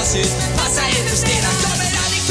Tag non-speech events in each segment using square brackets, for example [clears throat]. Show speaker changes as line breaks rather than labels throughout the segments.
Así. Pasa en euskera, comerán y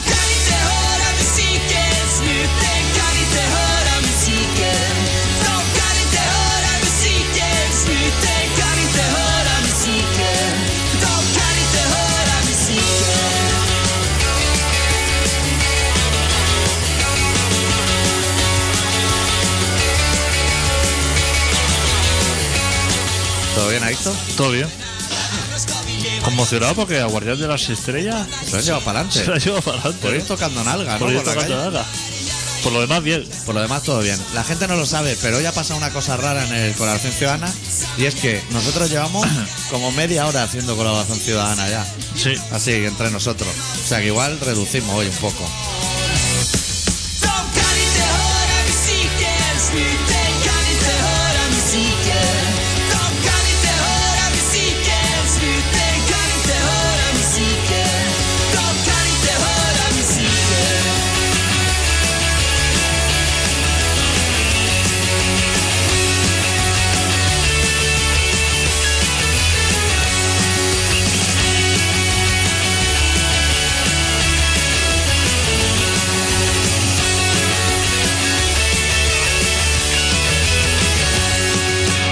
inte höra musiken, snuten kan inte höra musiken. De kan inte höra musiken, snuten kan inte höra musiken. De kan inte höra musiken.
¿Todo bien, Aito?
Todo bien. Conmocionado porque a Guardián de las Estrellas
Se lo han llevado para
se la
adelante.
lleva para adelante.
Por ir tocando nalga, ¿no?
Por ir
Por la
tocando
calle.
nada. Por lo demás, bien.
Por lo demás, todo bien. La gente no lo sabe, pero hoy ha pasado una cosa rara en el Colaboración Ciudadana y es que nosotros
[coughs]
llevamos como media hora haciendo Colaboración Ciudadana ya.
Sí.
Así, entre nosotros. O sea que igual reducimos hoy un poco.
De kan inte höra musiken, snuten kan inte höra musiken. De kan inte höra musiken, snuten kan inte höra musiken. De kan inte höra musiken.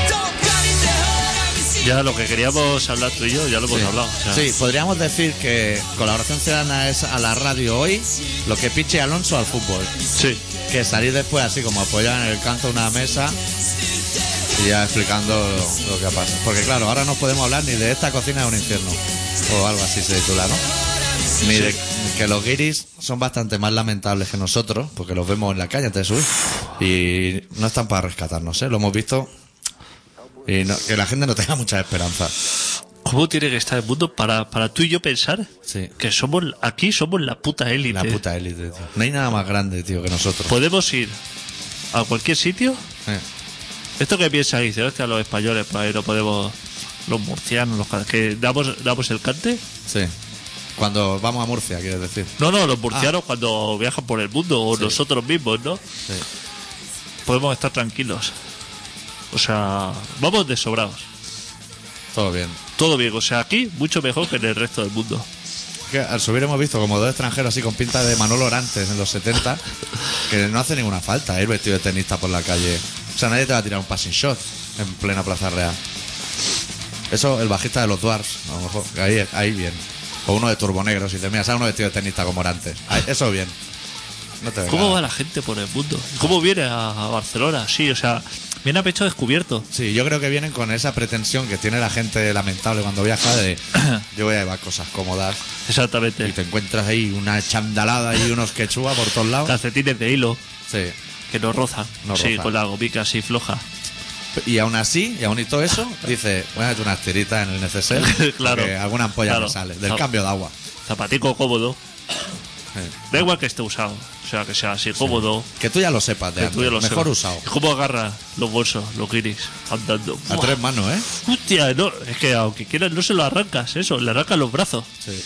De kan inte höra musiken.
Ya lo que queríamos hablar tú y yo, ya lo hemos hablado. o sea,
Sí, podríamos decir que colaboración ciudadana es a la radio hoy lo que piche Alonso al fútbol.
sí.
Que salir después así como apoyar en el canto de una mesa y ya explicando lo, lo que pasa. Porque claro, ahora no podemos hablar ni de esta cocina es un infierno. O algo así se titula, ¿no? Ni de que los guiris son bastante más lamentables que nosotros, porque los vemos en la calle antes de subir. Y no están para rescatarnos, ¿eh? Lo hemos visto. Y no- que la gente no tenga muchas esperanzas.
¿Cómo tiene que estar el mundo para, para tú y yo pensar
Sí.
que somos aquí somos la puta élite?
La puta élite, tío. No hay nada más grande, tío, que nosotros.
Podemos ir a cualquier sitio.
Eh.
Esto que piensan, dice, hostia, los españoles, por ahí no podemos, los murcianos, los cal- que damos, damos el cante.
Sí. Cuando vamos a Murcia, quieres decir.
No, no, los
Ah.
murcianos cuando viajan por el mundo o nosotros mismos, ¿no?
Sí.
Podemos estar tranquilos. O sea, vamos de sobrados.
Todo bien.
Todo bien, o sea, aquí mucho mejor que en el resto del mundo.
Que al subir hemos visto como dos extranjeros así con pinta de Manolo Orantes en los 70, que no hace ninguna falta ¿eh? ir vestido de tenista por la calle. O sea, nadie te va a tirar un passing shot en plena Plaza Real. Eso, el bajista de los Dwarfs, a lo mejor, que ahí, ahí bien. O uno de Turbonegro, si te miras a uno vestido de tenista como Orantes. Ahí- Eso bien. No te
¿Cómo
vengas.
va la gente por el mundo? ¿Cómo viene a, a Barcelona? Sí, o sea, viene a pecho descubierto.
Sí, yo creo que vienen con esa pretensión que tiene la gente lamentable cuando viaja
[coughs]
de yo voy a llevar cosas cómodas y
Exactamente.
te encuentras ahí una chandalada y unos quechua por todos lados.
Calcetines de hilo
Sí.
que no rozan.
No
sí,
rozan.
con la gomica así floja.
Y aún así, y aún y todo eso, dice, voy a meter unas tiritas en el neceser
[laughs] Claro.
que alguna ampolla
Claro. Ah.
me sale, del
Claro.
cambio de agua.
Zapatico cómodo.
Sí.
Da igual que esté usado. O sea, que sea así cómodo.
Que tú ya lo sepas de
que tú
antes,
ya lo
mejor
sepas.
usado.
¿Cómo agarra los bolsos, los guiris, andando?
A
Buah.
tres manos, ¿eh?
Hostia, no, es que aunque quieras no se lo arrancas, eso, le arrancas los brazos.
Sí.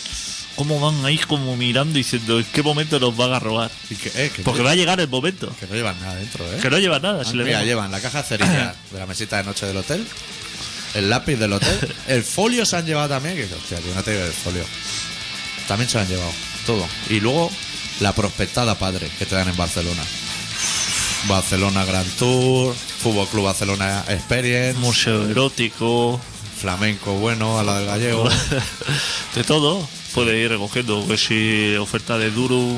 ¿Cómo van ahí como mirando diciendo en qué momento nos van a robar?
Y que, eh, que,
Porque va a llegar el momento.
que no llevan nada dentro, ¿eh?
Que no lleva nada,
Ah,
si le
Mira,
damos.
llevan la caja de
[coughs]
cerilla de la mesita de noche del hotel, el lápiz del hotel,
[laughs]
el folio se han llevado también, que hostia, tío, no te digo el folio. También se lo han llevado, todo. Y luego la prospectada padre que te dan en Barcelona. Barcelona Grand Tour, Fútbol Club Barcelona Experience,
Museo erótico, [laughs]
flamenco bueno a la del gallego.
de todo. Puede ir recogiendo, que si oferta de duro,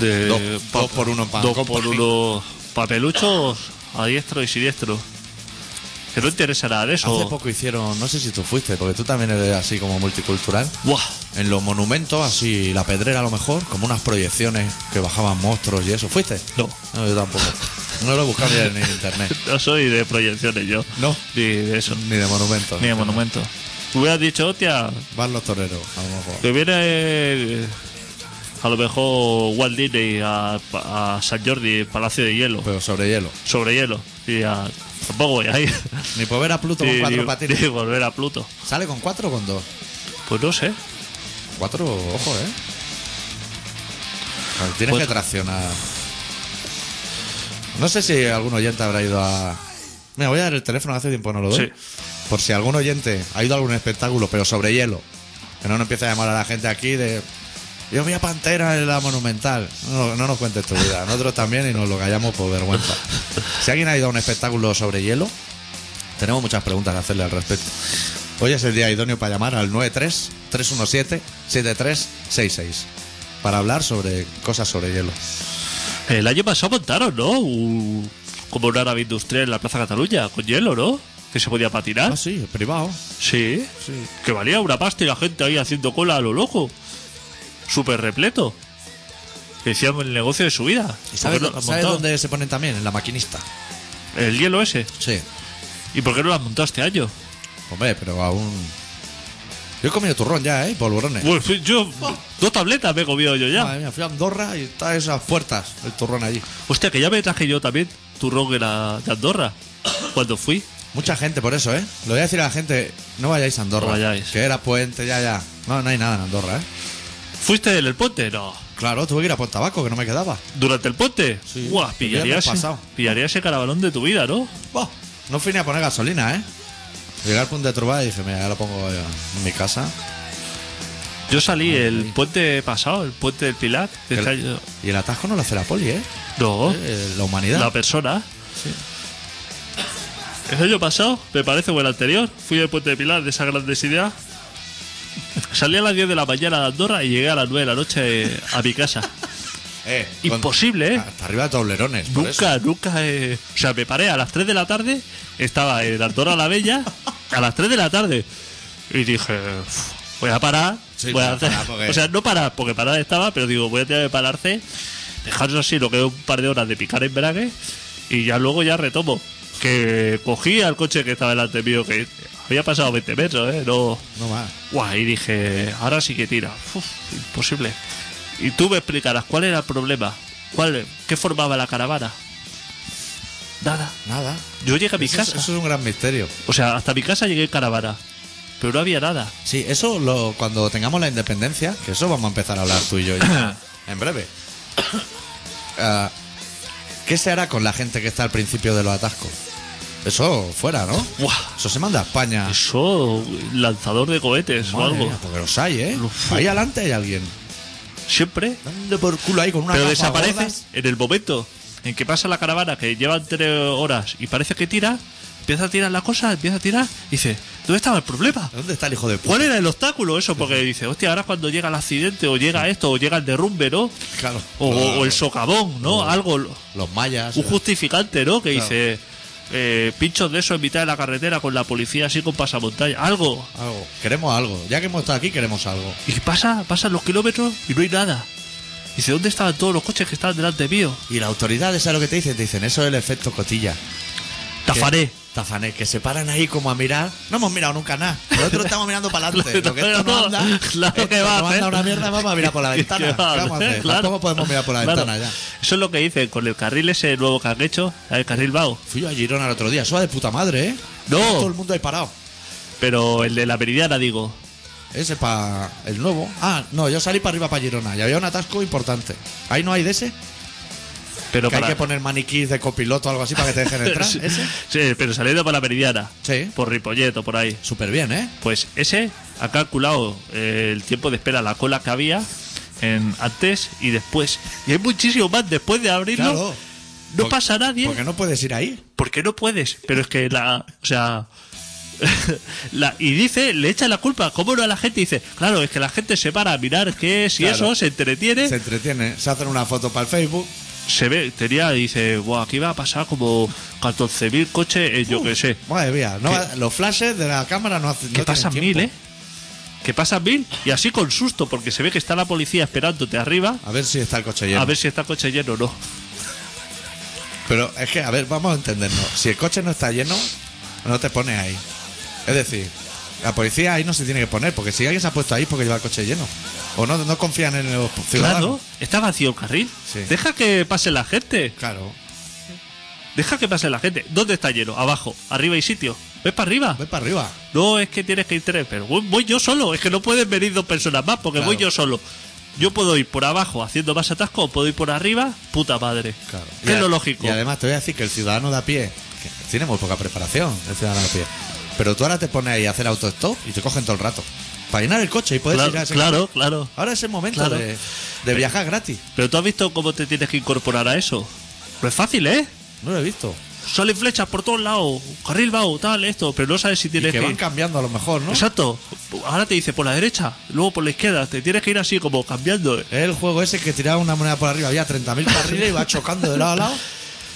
de
Dos-
pa-
dos por uno en Pan
dos
Company.
por uno papeluchos a diestro y siniestro. Que no interesa nada de
Hace
eso.
poco hicieron, no sé si tú fuiste, porque tú también eres así como multicultural.
Buah, [laughs]
En los monumentos, así, la pedrera a lo mejor, como unas proyecciones que bajaban monstruos y eso. ¿Fuiste?
No.
No, yo tampoco. No lo he buscado ni en internet.
no soy de proyecciones yo.
No.
Ni de eso.
Ni de monumentos.
Mira, monumento. Hubieras dicho, hostia,
Van los toreros, a lo mejor.
que viene eh, a lo mejor Walt Disney a, a San Jordi, Palacio de Hielo,
Pero sobre hielo.
sobre hielo. Y a, tampoco voy a ir.
Ni por ver a Pluto con
Y-
cuatro
y-
patines.
y volver a Pluto.
¿Sale con cuatro o con dos?
Pues no sé.
Cuatro, ojo, ¿eh? Tienes
Pues-
que traccionar. No sé si algún oyente habrá ido a. Mira, voy a dar el teléfono, hace tiempo no lo doy. Por si algún oyente ha ido a algún espectáculo, pero sobre hielo. Que no nos empiece a llamar a la gente aquí de. Yo vi a Pantera en la Monumental. No, no nos cuentes tu vida. Nosotros también y nos lo callamos por vergüenza. Si alguien ha ido a un espectáculo sobre hielo, tenemos muchas preguntas que hacerle al respecto. Hoy es el día idóneo para llamar al 93-317-7366 para hablar sobre cosas sobre hielo.
El año pasado montaron, ¿no? Un- como una nave industrial en la Plaza Cataluña, con hielo, ¿no? Que se podía patinar.
Ah, sí, privado.
Sí. Que valía una pasta y la gente ahí haciendo cola a lo loco. Súper repleto. Que Decían el negocio de su vida.
¿Y sabes,
¿Por qué no lo han
sabes
montado?
dónde se ponen también? En la maquinista.
El hielo ese.
Sí.
¿Y por qué no lo has montado este año?
Hombre, pero aún. Yo he comido turrón ya, ¿eh? Y Polvorones.
Pues yo, dos tabletas me he comido yo ya.
Madre mía, fui a Andorra y está esas puertas, el turrón allí.
Hostia, que ya me traje yo también turrón de, la, de Andorra cuando fui.
Mucha gente por eso, ¿eh? Lo voy a decir a la gente, no vayáis a Andorra.
No vayáis.
Que era puente, ya, ya. No, no hay nada en Andorra, ¿eh?
¿Fuiste en el puente? No.
Claro, tuve que ir a Pontabaco, que no me quedaba.
¿Durante el puente?
Sí.
Buah,
El viernes
pillarías,
pasado.
pillarías ese carabalón de tu vida, ¿no?
Buah, No fui ni a poner gasolina, ¿eh? Llegué al punto de Trubá y dije, mira, ya lo pongo yo en mi casa.
Yo salí el puente pasado, el puente del Pilar. de este
El-
año-
y el atasco no lo hace la poli, ¿eh?
Oh. No,
Eh, La humanidad.
la persona. El año pasado, me parece, o el anterior, fui al puente de Pilar de esa grandes ideas. Salí a las 10 de la mañana de Andorra y llegué a las 9 de la noche a mi casa.
Eh,
Imposible, ¿eh?
Hasta arriba de toblerones. por eso.
Nunca, nunca. eh, O sea, me paré a las 3 de la tarde, estaba en Andorra la Bella, a las 3 de la tarde. Y dije, "Uf, voy a parar.
Sí,
voy a
voy a
hacer-
parar porque-
O sea, no parar, porque parar estaba, pero digo, voy a tener que pararse, dejarnos así lo que es un par de horas de picar en embrague y ya luego ya retomo. Que cogí al coche que estaba delante mío, que había pasado 20 metros, ¿eh? No.
No más.
Guau, y dije, ahora sí que tira. Uf, imposible. Y tú me explicarás cuál era el problema. ¿Cuál, ¿Qué formaba la caravana? Nada.
Nada.
Yo llegué a mi
Eso es-
casa.
eso es un gran misterio.
O sea, hasta mi casa llegué en caravana. Pero no había nada.
Sí, eso lo, cuando tengamos la independencia, que eso vamos a empezar a hablar tú y yo ya,
[coughs]
en breve. [coughs] Ah, ¿Qué se hará con la gente que está al principio de los atascos? Eso fuera, ¿no?
Buah.
Eso se manda a España.
Eso, lanzador de cohetes o
Madre
algo.
mía, porque los hay, ¿eh?
Uf.
Ahí adelante hay alguien.
Siempre.
Dando por culo ahí con una
Pero
gafa
desaparece
gorda.
en el momento en que pasa la caravana, que llevan tres horas y parece que tira. Empieza a tirar la cosa, empieza a tirar. Y dice, ¿dónde estaba el problema?
¿Dónde está el hijo de puta?
¿Cuál era el obstáculo eso? Porque dice, hostia, ahora es cuando llega el accidente o llega esto o llega el derrumbe, ¿no?
Claro.
O, o el Uh, socavón, ¿no? Algo, un
Los mayas.
justificante, ¿no? Que
Claro.
dice, eh, pinchos de eso en mitad de la carretera con la policía así con pasamontaña, algo.
Algo. Queremos algo. Ya que hemos estado aquí, queremos algo.
Y pasa, pasan los kilómetros y no hay nada. Dice, ¿dónde estaban todos los coches que estaban delante mío?
Y las autoridades, ¿sabes lo que te dicen? Te dicen, eso es el efecto cotilla.
Tafaré.
Tafané, que se paran ahí como a mirar. No hemos mirado nunca nada. Nosotros estamos mirando para
[laughs]
adelante. Lo que esto no anda,
Claro que
esto
va a
no
hacer.
anda una mierda, vamos a mirar
[laughs]
por la
¿Qué
ventana. ¿Qué
va a
vamos a
hacer?
hacer?
[laughs] Claro.
Tampoco podemos mirar por la
Claro.
ventana ya.
Eso es lo que dicen con el carril ese nuevo que han hecho, el carril vago.
Fui yo a Girona el otro día, eso va de puta madre, ¿eh?
No.
Todo el mundo ahí parado.
Pero el de la meridiana, digo.
Ese para el nuevo. Ah, no, yo salí para arriba para Girona y había un atasco importante. Ahí no hay de ese.
Pero
que
para...
hay que poner maniquís de copiloto o algo así para que te
[laughs]
dejen entrar.
Sí,
Ese.
sí, pero saliendo para la meridiana.
Sí.
Por Ripollet o por ahí.
Súper bien, ¿eh?
Pues ese ha calculado eh, el tiempo de espera, la cola que había en antes y después. Y hay muchísimo más después de abrirlo.
Claro.
No
Por-
pasa nadie.
Porque no puedes ir ahí.
Porque no puedes. Pero es que la. O sea. [laughs] la- y dice, le echa la culpa. ¿Cómo no a la gente? Dice, claro, es que la gente se para a mirar qué es y
Claro.
eso, se entretiene.
Se
Se,
entretiene, se hacen una foto para el Facebook.
ve, tenía, dice, wow, aquí va a pasar como 14.000 coches, en yo qué sé.
Madre mía, Uh, no
¿Qué?
va- los flashes de la cámara no hacen.
Que
no tienen
pasan
tiempo.
mil, ¿eh? Que pasan mil y así con susto, porque se ve que está la policía esperándote arriba
A ver si está el coche lleno.
a ver si está el coche lleno o no.
Pero es que, a ver, vamos a entendernos. Si el coche no está lleno, no te pones ahí. Es decir, la policía ahí no se tiene que poner, porque si alguien se ha puesto ahí es porque lleva el coche lleno. O no, no confían en los
Claro,
ciudadanos.
está vacío el carril.
Sí.
Deja que pase la gente.
Claro.
Deja que pase la gente. ¿Dónde está lleno? Abajo. Arriba hay sitio. ¿Ves para arriba?
Ve para arriba.
No, es que tienes que ir tres. Pero voy, voy yo solo. Es que no pueden venir dos personas más porque
Claro.
voy yo solo. Yo puedo ir por abajo haciendo más atasco o puedo ir por arriba, puta madre.
Claro.
Que
Y
es
a-
lo lógico.
Y además te voy a decir que el ciudadano de a pie, que tiene muy poca preparación, el ciudadano de a pie. Pero tú ahora te pones ahí a hacer autostop y te cogen todo el rato. Para llenar el coche y poder
Claro,
ir a ese
claro, claro.
Ahora es el momento
Claro.
de, de viajar gratis.
Pero tú has visto cómo te tienes que incorporar a eso. No es fácil, ¿eh?
No lo he visto.
Salen flechas por todos lados, carril vago, tal, esto, pero no sabes si
Y
tienes
que
que-
van cambiando a lo mejor, ¿no?
Exacto. Ahora te dice por la derecha, luego por la izquierda, te tienes que ir así como cambiando.
Es el juego ese que tiraba una moneda por arriba, había 30.000 carriles y va chocando de lado a lado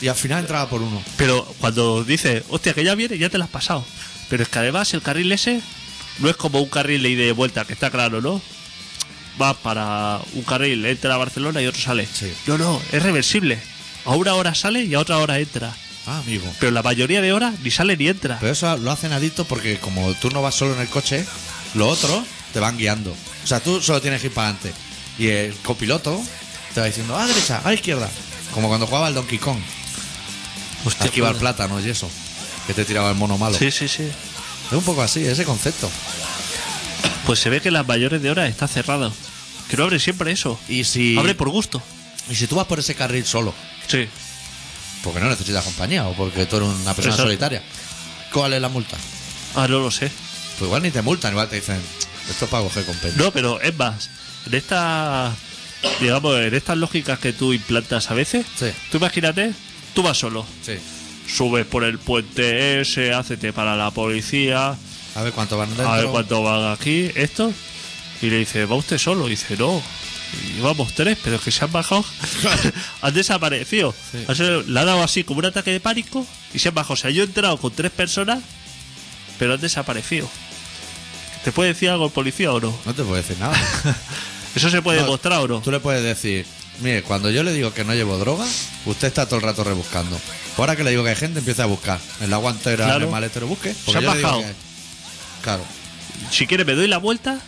y al final entraba por uno.
Pero cuando dices, hostia, que ya viene, ya te la has pasado. Pero es que además el carril ese no es como un carril de ida y de vuelta, que está claro, ¿no? Va para un carril, entra a Barcelona y otro sale.
Sí.
No, no, es reversible. A una hora sale y a otra hora entra.
Ah, amigo.
Pero la mayoría de horas ni sale ni entra.
Pero eso lo hacen adicto porque como tú no vas solo en el coche, los otros te van guiando. O sea, tú solo tienes que ir para adelante. Y el copiloto te va diciendo, a derecha, a izquierda. Como cuando jugaba el Donkey Kong.
Hostia,
Aquí va el
joder.
plátano y eso. Que te tiraba el mono malo.
Sí, sí, sí.
Es un poco así, ese concepto.
Pues se ve que las mayores de horas está cerrado. Que no abre siempre eso.
Y si,
Abre por gusto.
y si tú vas por ese carril solo,
Sí.
porque no necesitas compañía o porque tú eres una persona
Exacto.
solitaria, ¿cuál es la multa?
Ah, no lo sé.
Pues igual ni te multan, igual te dicen, esto es para coger compendio.
No, pero es más, en esta, digamos, en estas lógicas que tú implantas a veces,
Sí.
tú imagínate, tú vas solo,
Sí.
subes por el puente S, hácete para la policía,
A ver cuánto van dentro.
a ver cuánto van aquí, esto, y le dice, ¿va usted solo? Y dice, no. Y vamos tres, pero es que se
[laughs]
han bajado, han desaparecido.
Sí.
Ha sido- le ha dado así como un ataque de pánico y se han bajado. O sea, yo he entrado con tres personas, pero han desaparecido. ¿Te puede decir algo el policía o no?
No te puedo decir nada.
Eso se [laughs] puede
No,
demostrar o no.
Tú le puedes decir, mire, cuando yo le digo que no llevo droga, usted está todo el rato rebuscando. Ahora que le digo que hay gente, empieza a buscar. En la guantera,
Claro.
en el maletero, busque.
Se ha
yo le digo
bajado.
que hay. Claro,
Si quiere me doy la vuelta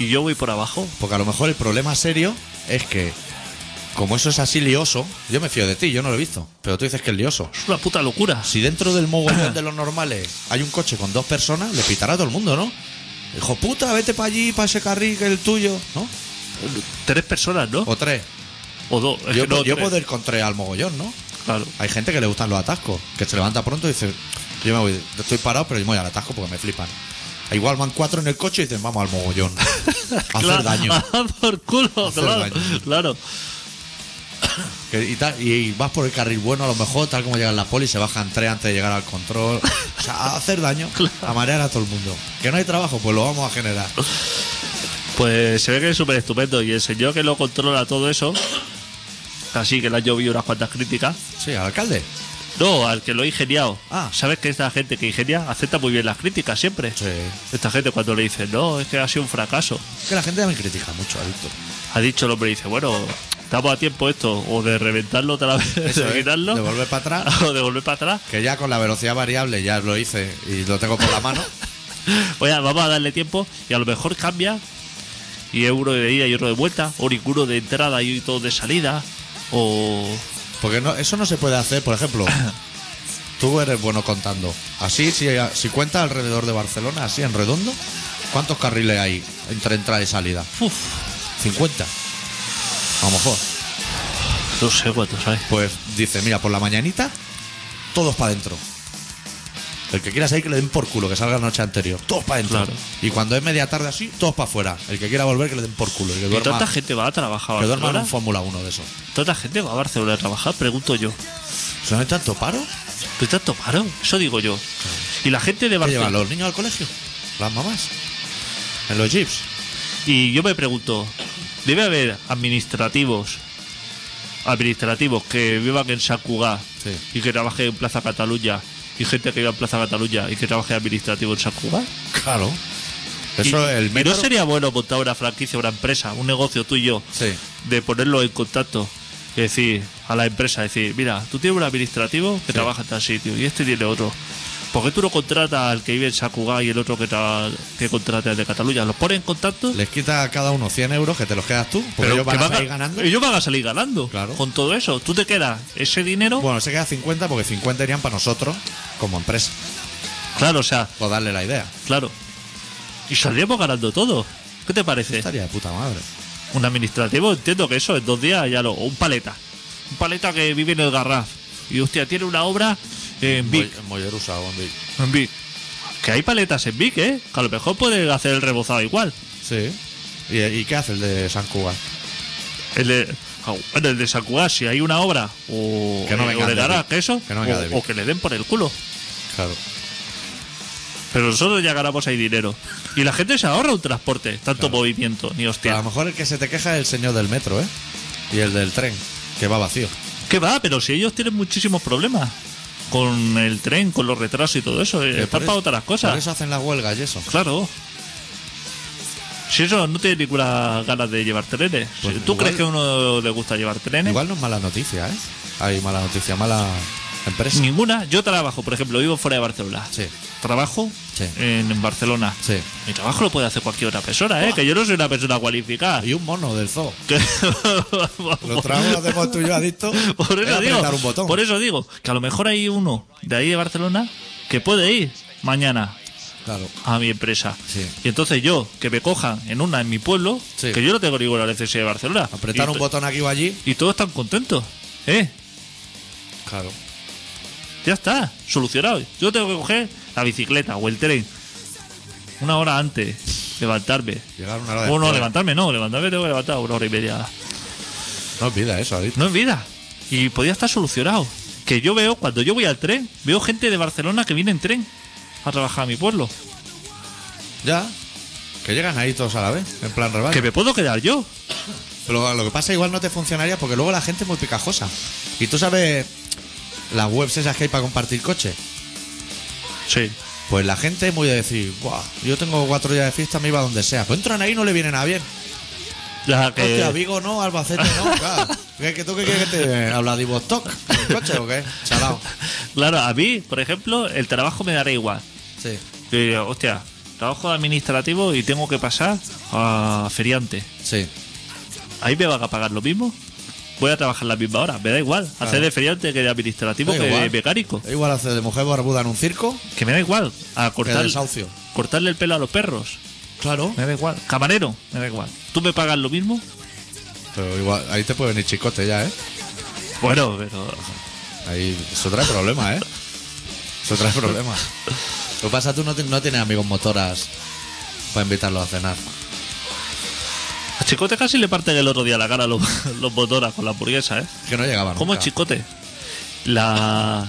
y yo voy por abajo.
porque a lo mejor el problema serio es que, como eso es así lioso, yo me fío de ti, yo no lo he visto, pero tú dices que es lioso.
Es una puta locura.
Si dentro del
[clears throat]
mogollón de los normales hay un coche con dos personas, le pitará a todo el mundo, ¿no? Hijo puta, vete para allí, para ese carril que es el tuyo, ¿no?
Tres personas, ¿no?
O tres.
O dos. Es
Yo,
que no,
yo
tres.
puedo ir con tres al mogollón, ¿no?
Claro.
Hay gente que le gustan los atascos, que se levanta pronto y dice, yo me voy, estoy parado, pero yo me voy al atasco porque me flipan. E Igual van cuatro en el coche y dicen, vamos al
[laughs]
mogollón. A hacer
Claro,
daño.
ah, [laughs] por culo,
Hacer
claro.
daño.
Claro.
Que- y, tal- y vas por el carril bueno, a lo mejor, tal como llegan las polis, se bajan tres antes de llegar al control. O sea, a hacer
[laughs]
daño, a marear a todo el mundo. Que no hay trabajo, pues lo vamos a generar.
Pues se ve que es súper estupendo. Y el señor que lo controla todo eso, así que le han llovido unas cuantas críticas.
Sí, al alcalde.
No, al que lo ha ingeniado.
Ah.
Sabes que esta gente que ingenia acepta muy bien las críticas siempre.
Sí.
Esta gente cuando le dicen, no, es que ha sido un fracaso.
Que la gente también critica mucho, adicto.
Ha dicho el hombre, dice, bueno, estamos a tiempo esto, o de reventarlo otra vez, [laughs]
Eso es,
de quitarlo,
de volver para atrás.
o de volver para atrás.
Que ya con la velocidad variable ya lo hice y lo tengo por la mano.
Oye, vamos a darle tiempo y a lo mejor cambia y es uno de ida y otro de vuelta, o ninguno de entrada y todo de salida, o...
Porque no, eso no se puede hacer, por ejemplo. Tú eres bueno contando. Así, si, si cuentas alrededor de Barcelona, así en redondo, ¿cuántos carriles hay entre entrada y salida?
Uf,
50. A lo mejor.
no sé cuánto, ¿sabes?
Pues dice, mira, por la mañanita, todos para adentro. El que quiera salir, que le den por culo, que salga la noche anterior. Todos para adentro.
Claro.
Y cuando es media tarde así, todos para afuera. El que quiera volver, que le den por culo. Y que
¿Y
duerma,
tanta gente va a trabajar a
que duerma en
Barcelona?
un Fórmula 1 de eso.
¿Tanta gente va a Barcelona a trabajar? Pregunto yo.
¿Se no hay tanto paro?
¿Pero tanto paro? Eso digo yo. Y la gente de
¿Qué llevan
Barcelona...
los niños al colegio? ¿Las mamás? ¿En los jeeps?
Y yo me pregunto, ¿debe haber administrativos administrativos que vivan en San Cugat
Sí.
y que trabajen en Plaza Cataluña y gente que viva en Plaza Cataluña y que trabaje administrativo en San Cugat?
Claro.
Y-
Eso
y
el metro.
¿No sería bueno montar una franquicia, una empresa, un negocio tú y yo,
Sí.
de ponerlo en contacto? Y decir a la empresa, decir, mira, tú tienes un administrativo
Sí.
que trabaja en tal sitio y este tiene otro. ¿Por qué tú no contratas al que vive en San Cugat y el otro que, tra- que contrata el de Cataluña? ¿Los pones en contacto?
Les quita a cada uno 100 euros que te los quedas tú, porque ellos van
que
a
van a-
salir ganando.
Ellos van a salir ganando.
Claro.
Con todo eso. Tú te quedas ese dinero.
Bueno, se queda 50 porque 50 irían para nosotros como empresa,
Claro, o sea,
por darle la idea.
claro. Y saldríamos ganando todo. ¿Qué te parece?
Estaría de puta madre.
Un administrativo, entiendo que eso en dos días ya lo. o Un paleta. Un paleta que vive en el garraf. Y hostia, tiene una obra en Vic.
Moll- Mollerusa o en Vic.
En Vic. Que hay paletas en Vic, ¿eh? Que a lo mejor puede hacer el rebozado igual.
Sí. ¿Y, y qué hace el de San Cuba?
El de, au, bueno, el de Sakuá, si hay una obra o, eh,
Que no
o
venga
le
de
dará
Vic.
queso
Que no venga de
o,
Vic.
o que le den por el culo.
Claro.
Pero nosotros ya ganamos ahí dinero. Y la gente se ahorra un transporte, tanto movimiento, ni hostia.
A lo mejor el que se te queja es el señor del metro, ¿eh? Y el del tren, que va vacío.
¿Qué va? Pero si ellos tienen muchísimos problemas con el tren, con los retrasos y todo eso, eh,
Que
están
por
para
eso-
otras
Por
cosas.
eso hacen las huelgas y eso.
Claro. Si eso no tiene ninguna ganas de llevar trenes.
Pues
Si ¿Tú
igual-
crees que a uno le gusta llevar trenes?
Igual no es mala noticia, ¿eh? Hay mala noticia, mala empresa.
Pues Ninguna. Yo trabajo, por ejemplo, vivo fuera de Barcelona.
Sí.
Trabajo
Sí.
en, en Barcelona.
Sí.
Mi trabajo lo puede hacer cualquier otra persona, ¿eh? Que yo no soy una persona cualificada.
Y un mono del zoo.
Que-
Los tragos los hacemos tú y yo, adicto.
[laughs] [laughs] Por
Era
eso, digo,
apretar un botón.
por eso digo que a lo mejor hay uno de ahí de Barcelona que puede ir mañana
Claro.
a mi empresa.
Sí.
Y entonces yo, que me cojan en una en mi pueblo,
Sí.
que yo no tengo ninguna necesidad de Barcelona.
Apretar
Y
un
to-
botón aquí o allí.
Y todos están contentos. ¿Eh?
Claro.
Ya está, solucionado. Yo tengo que coger la bicicleta o el tren una hora antes, levantarme.
Llegar una hora
O no,
después.
levantarme no, levantarme tengo que levantar una hora y media.
No pida eso, adicto.
No es vida. Y podía estar solucionado. Que yo veo, cuando yo voy al tren, veo gente de Barcelona que viene en tren a trabajar a mi pueblo.
Ya. Que llegan ahí todos a la vez, en plan rebaño.
Que me puedo quedar yo.
Pero lo que pasa igual no te funcionaría porque luego la gente es muy picajosa. Y tú sabes las webs esas que hay para compartir coche.
Sí.
Pues la gente es muy de decir, Buah, yo tengo cuatro días de fiesta, me iba donde sea. Pues entran ahí y no le viene nada bien.
Ya que...
Hostia, Vigo no, Albacete no, claro. ¿Qué, qué, tú qué quieres que te habla de Vostok? coche o qué? Chalao.
[laughs] Claro, a mí, por ejemplo, el trabajo me dará igual.
Sí,
Yo diría, hostia, trabajo de administrativo y tengo que pasar a feriante.
sí.
Ahí me van a pagar lo mismo. Voy a trabajar la misma hora, me da igual. Hacer de feriante que de administrativo
Da
que de
igual.
mecánico.
Da Igual hace de mujer barbuda en un circo.
Que me da igual. A cortar,
desahucio.
cortarle el pelo a los perros.
Claro.
Me da igual. Camarero, me da igual. ¿Tú me pagas lo mismo?
Pero igual, ahí te puede venir chicote ya, ¿eh?
Bueno, pero.
Ahí, eso trae problema, ¿eh? Eso trae problema. Lo que pasa, tú no, te- no tienes amigos motoras para invitarlos a cenar.
A Chicote casi le parten el otro día la cara a los, [laughs] los motoras con la hamburguesa, ¿eh?
Es que no llegaban
¿Cómo es
nunca.
Chicote? La-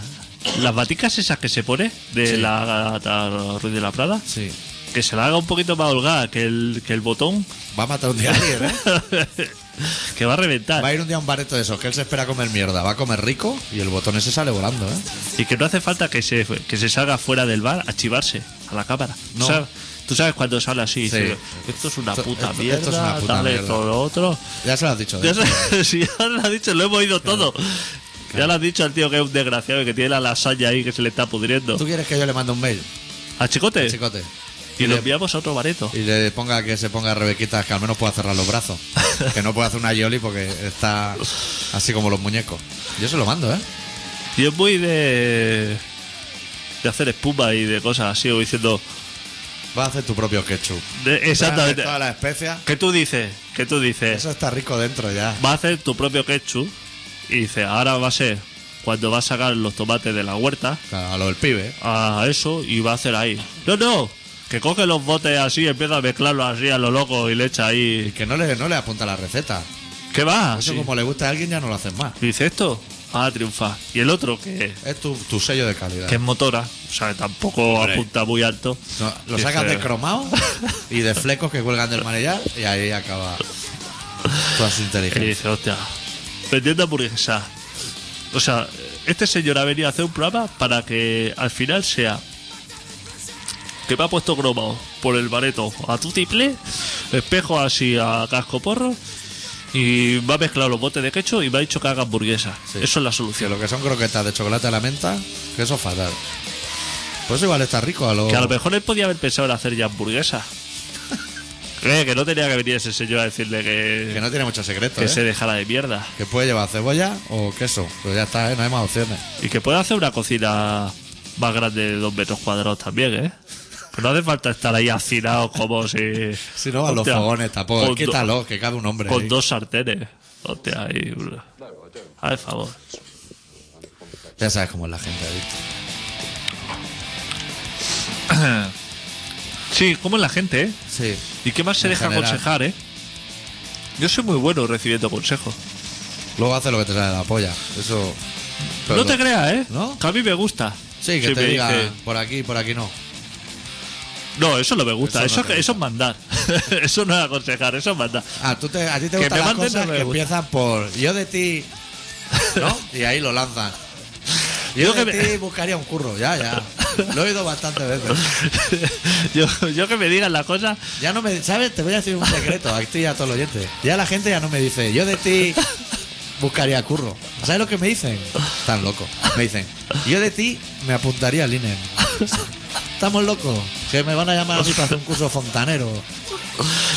las baticas esas que se pone de
Sí.
la, la Ruiz de la Prada,
Sí.
que se la haga un poquito más holgada que el, que el botón, [laughs]
Va a matar un día a alguien, ¿eh?
que va a reventar.
Va a ir un día a un bareto de esos que él se espera a comer mierda. Va a comer rico y el botón ese sale volando, ¿eh?
Y que no hace falta que se, que se salga fuera del bar a chivarse a la cámara.
No.
O sea, Tú sabes cuando sale así,
Sí.
dice, esto es una
Esto-
puta
esto-
mierda,
esto es una puta
dale
mierda".
todo lo otro.
Ya se lo has dicho.
Ya
¿eh?
se- [laughs] si ya lo has dicho, lo hemos oído todo. Ya lo has dicho al tío que es un desgraciado y que tiene la lasaña ahí que se le está pudriendo.
¿Tú quieres que yo le mande un mail,
¿A Chicote?
chicote?
Y lo
le-
enviamos a otro bareto.
Y le ponga que se ponga Rebequita, que al menos pueda cerrar los
[laughs]
brazos. Que no puede hacer una Yoli porque está así como los muñecos. Yo se lo mando, ¿eh?
Y es muy de. de hacer espuma y de cosas así, o diciendo.
Vas a hacer tu propio ketchup.
de- exactamente.
Todas las especias.
¿Qué tú dices? ¿Qué tú dices?
Eso está rico dentro ya.
Va a hacer tu propio ketchup y dice, ahora va a ser cuando va a sacar los tomates de la huerta
Claro, a lo del pibe. ¿eh?
a eso y va a hacer ahí. No, no, que coge los botes así, empieza a mezclarlos así a lo loco y le echa
Y
ahí.
que no le, no le apunta la receta.
¿Qué va?
Eso
Sí.
como le gusta a alguien ya no lo hacen más.
Y dice esto, va a triunfar. Y el otro que,
Es tu, tu sello de calidad.
que es motora, o sea, que tampoco apunta muy alto.
No, lo
Dice,
sacas de cromado y de flecos que cuelgan del manillar y ahí acaba toda su
Y
inteligencia.
dice, hostia, vendiendo hamburguesa. O sea, este señor ha venido a hacer un programa para que al final sea que me ha puesto cromado por el bareto a tutiplé, espejo así a casco porro y me ha mezclado los botes de quecho y me ha dicho que haga hamburguesa.
Sí.
Eso es la
Que
solución.
lo que son croquetas de chocolate a la menta, que eso es fatal. Pues eso igual está rico a lo.
Que a lo mejor él podía haber pensado en hacer
[laughs]
ya hamburguesa. Eh, que no tenía que venir ese señor a decirle
Que
que,
no tiene mucho secreto.
que
¿eh?
se dejara de mierda.
Que puede llevar cebolla o queso. Pero ya está, ¿eh? no hay más opciones.
Y que pueda hacer una cocina más grande de dos metros cuadrados también, ¿eh? Pero no hace falta estar ahí hacinado como si.
[laughs] Si no, a los
Hostia,
fogones tampoco.
con do-
Quítalo, que cabe un hombre.
Con
ahí.
dos sartenes. Hostia, ahí. Ay, favor.
Ya sabes cómo es la gente adicta.
Sí, ¿cómo es la gente, eh?
Sí.
¿Y qué más se
En
deja
general.
aconsejar, eh? Yo soy muy bueno recibiendo consejos.
Luego hace lo que te sale de la polla. Eso. pero
no
lo-
te creas, ¿eh?
¿No?
Que a mí me gusta.
Sí, que
Si
te
me
diga "Ah,
dice-
por aquí, por aquí no.
No, eso no me gusta.
Eso
Eso,
no te
eso es mandar. [laughs] eso no es aconsejar, eso es mandar. [laughs]
Ah, ¿tú te, a ti te
Que
gustan
me
las
manden
cosas
no me
que
gusta.
empiezan por yo de
[laughs]
ti, ¿no? Y ahí lo lanzan. Yo,
Yo que
de
me-
ti buscaría un curro, ya, ya. Lo he oído bastantes veces.
yo, yo que me digan las cosas.
Ya no me, ¿sabes? Te voy a decir un secreto a ti y a todos los oyentes. Ya la gente ya no me dice, yo de ti buscaría curro. ¿Sabes lo que me dicen? Están locos. Me dicen, yo de ti me apuntaría al INE. Estamos locos. Que me van a llamar a mí para hacer un curso fontanero.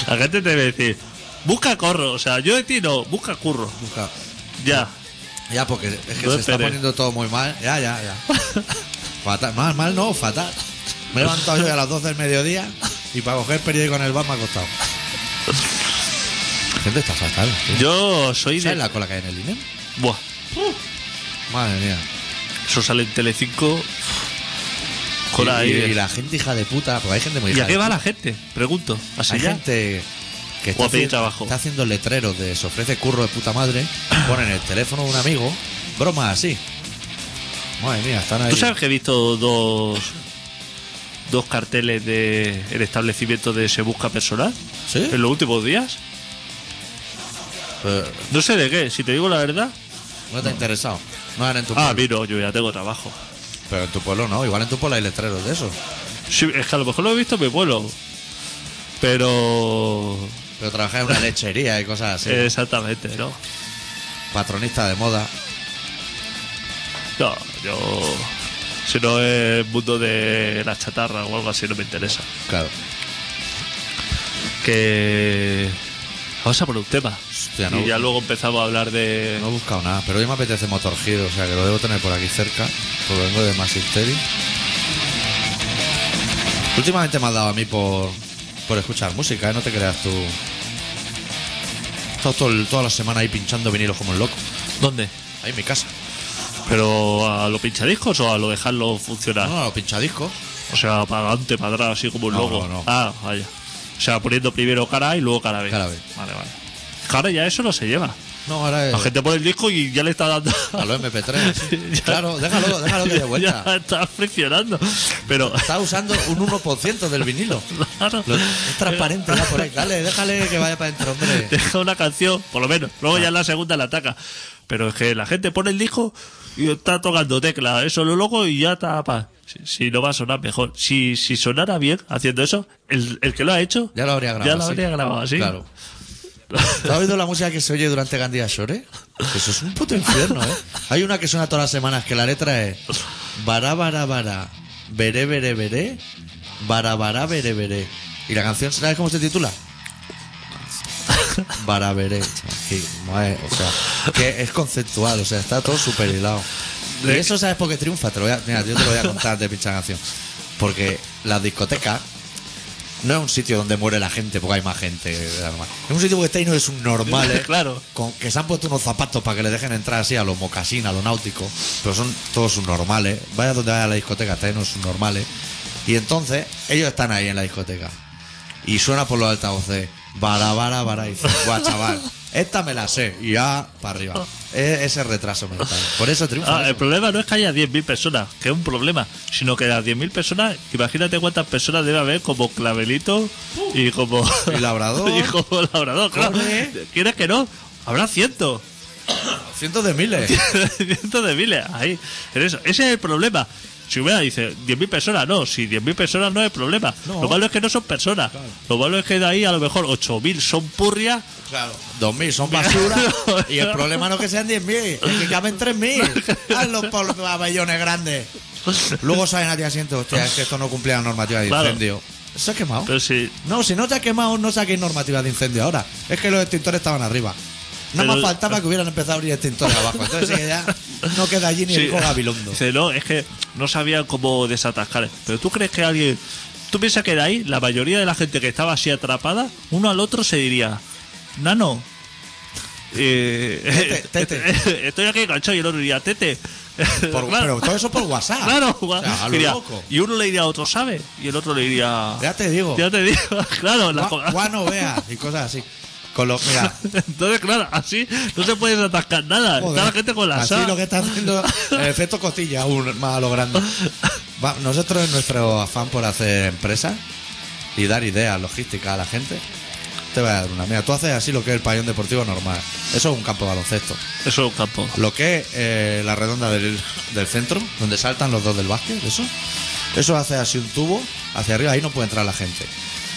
La gente te debe decir, busca corro. O sea, yo de ti no, busca curro.
Busca-
Ya.
Ya, porque es que
No
se está
esperes.
poniendo todo muy mal. Ya, ya, ya. fatal. Mal, mal no, fatal. Me he levantado yo a las 12 del mediodía y para coger periódico en el bar me ha costado. La gente está fatal. tío.
Yo soy de.
¿Sabes la cola que hay en el E INEM?
Buah.
Madre mía.
Eso sale en Telecinco. Con
y,
ahí.
y- y la gente hija de puta, porque hay gente muy
¿Y
hija
a qué
de
va la gente? Pregunto.
puta.
Así
Hay
ya.
gente que está,
O a pedir
haci-
trabajo.
está haciendo letreros de se ofrece curro de puta madre, ponen el teléfono de un amigo, bromas así. Madre mía, están ahí.
Tú sabes que he visto dos. Dos carteles de el establecimiento de Se Busca Personal
¿Sí?
en los últimos días.
Pero
No sé de qué, si te digo la verdad.
no te ha interesado. No eran en tu
Ah, a
pueblo.
mí no, yo ya tengo trabajo.
Pero en tu pueblo no, igual en tu pueblo hay letreros de eso.
Sí, es que a lo mejor lo he visto en mi pueblo. Pero.
Pero trabajar en una lechería y cosas así.
Exactamente, ¿no?
Patronista de moda.
No, yo. Si no es mundo de la chatarra o algo así, no me interesa.
Claro.
Que. Vamos a por un tema.
Hostia, no.
Y ya luego empezamos a hablar de.
No he buscado nada, pero hoy me apetece motor giro, o sea que lo debo tener por aquí cerca. Porque vengo de Masisteri. Últimamente me has dado a mí por, por escuchar música, ¿eh? no te creas tú. Todo, toda la semana ahí pinchando vinilos como un loco.
¿Dónde?
Ahí en mi casa.
¿Pero a lo pinchadiscos o a lo dejarlo funcionar?
No, lo pinchadisco.
O sea, para adelante, para atrás, así como un
No,
loco.
no, no.
Ah, vaya. O sea, poniendo primero cara y luego cara B.
Cara B.
Vale, vale. Cara ya eso no se lleva.
No, ahora es.
La gente pone el disco y ya le está dando.
A los MP3.
[laughs] Ya-
claro, déjalo, déjalo que dé vuelta.
[laughs] Ya está friccionando. Pero. [laughs]
Está usando un 1% del vinilo.
Claro.
Lo- es transparente ya por ahí. Dale, déjale que vaya para adentro, hombre.
Deja una canción, por lo menos. Luego ya en la segunda la ataca. Pero es que la gente pone el disco y está tocando tecla. Eso lo loco y ya está. pa. Si, si no va a sonar mejor. Si, si sonara bien haciendo eso, el, el que lo ha hecho.
Ya lo habría grabado.
Ya lo
sí.
habría grabado así.
Claro. ¿Te has oído la música que se oye durante Gandía Shore? Eso es un puto infierno, ¿eh? Hay una que suena todas las semanas que la letra es. Bará, bará, bará. Veré, veré, veré. Bará, bará, veré, veré. Y la canción, ¿sabes cómo se titula? Bará, veré. Sí, madre, o sea, que es conceptual, o sea, está todo súper hilado. Y
De-
eso sabes por qué triunfa. Te lo voy a- mira, yo te lo voy a contar de pincha canción. Porque las discotecas no es un sitio donde muere la gente porque hay más gente. de la normal. Es un sitio que está lleno de subnormales.
Claro.
con- que se han puesto unos zapatos para que le dejen entrar así a los mocasín, a los náuticos. Pero son todos subnormales. Vaya donde vaya a la discoteca, está lleno de subnormales. Y entonces, ellos están ahí en la discoteca. Y suena por los altavoces. Bara, bara, bara. Y dice, guau, chaval. Esta me la sé. Y ya, para arriba. Es ese retraso mental. Por eso triunfa.
Ah,
eso.
el problema no es que haya 10.000 personas, que es un problema, sino que las 10.000 personas, imagínate cuántas personas debe haber como clavelito y como.
Y labrador.
[laughs] y como labrador, claro.
Corre.
¿Quieres que no? Habrá cientos.
Cientos de miles.
[laughs] cientos de miles ahí. en eso. Ese es el problema. Si hubiera, dice, 10.000 personas, no. Si 10.000 personas no es problema.
No.
Lo malo es que no son personas. Lo malo es que de ahí a lo mejor 8.000 son purrias. [laughs]
Claro. 2.000 son basura y el problema no es que sean 10.000, es que caben 3.000. Hazlo por los pabellones grandes. Luego salen a ti asiento, hostia, es que esto no cumplía la normativa de
Claro.
incendio. ¿Se ha quemado?
Pero si.
No, si no te ha quemado, no saquéis normativa de incendio ahora. Es que los extintores estaban arriba. No
Pero-
más faltaba que hubieran empezado a abrir extintores abajo. Entonces sí que ya no queda allí ni
Sí.
el hijo gabilondo.
Dice, no, es que no sabían cómo desatascar. Pero tú crees que alguien Tú piensas que de ahí la mayoría de la gente que estaba así atrapada, uno al otro se diría, Nano, eh,
Tete, tete.
[laughs] estoy aquí enganchado y el otro diría, Tete.
Por-
[laughs] Claro.
Pero todo eso por WhatsApp.
Claro,
[laughs] O sea, a lo
diría-
loco.
y uno le diría a otro, ¿sabe? Y el otro le diría.
Ya te digo.
Ya te digo, [laughs] claro. la-
Gua- Guano vea y cosas así. Con los, mira,
Entonces, claro, así no se puede atascar nada. Está
Joder,
la gente con la
Así
sal.
lo que está haciendo el efecto costilla aún más a lo grande. Va, nosotros en nuestro afán por hacer empresas y dar ideas logísticas a la gente, te voy a dar una. Mira, tú haces así lo que es el pabellón deportivo normal. Eso es un campo de baloncesto.
Eso es un campo.
Lo que es eh, la redonda del, del centro, donde saltan los dos del básquet, eso. Eso hace así un tubo hacia arriba, ahí no puede entrar la gente.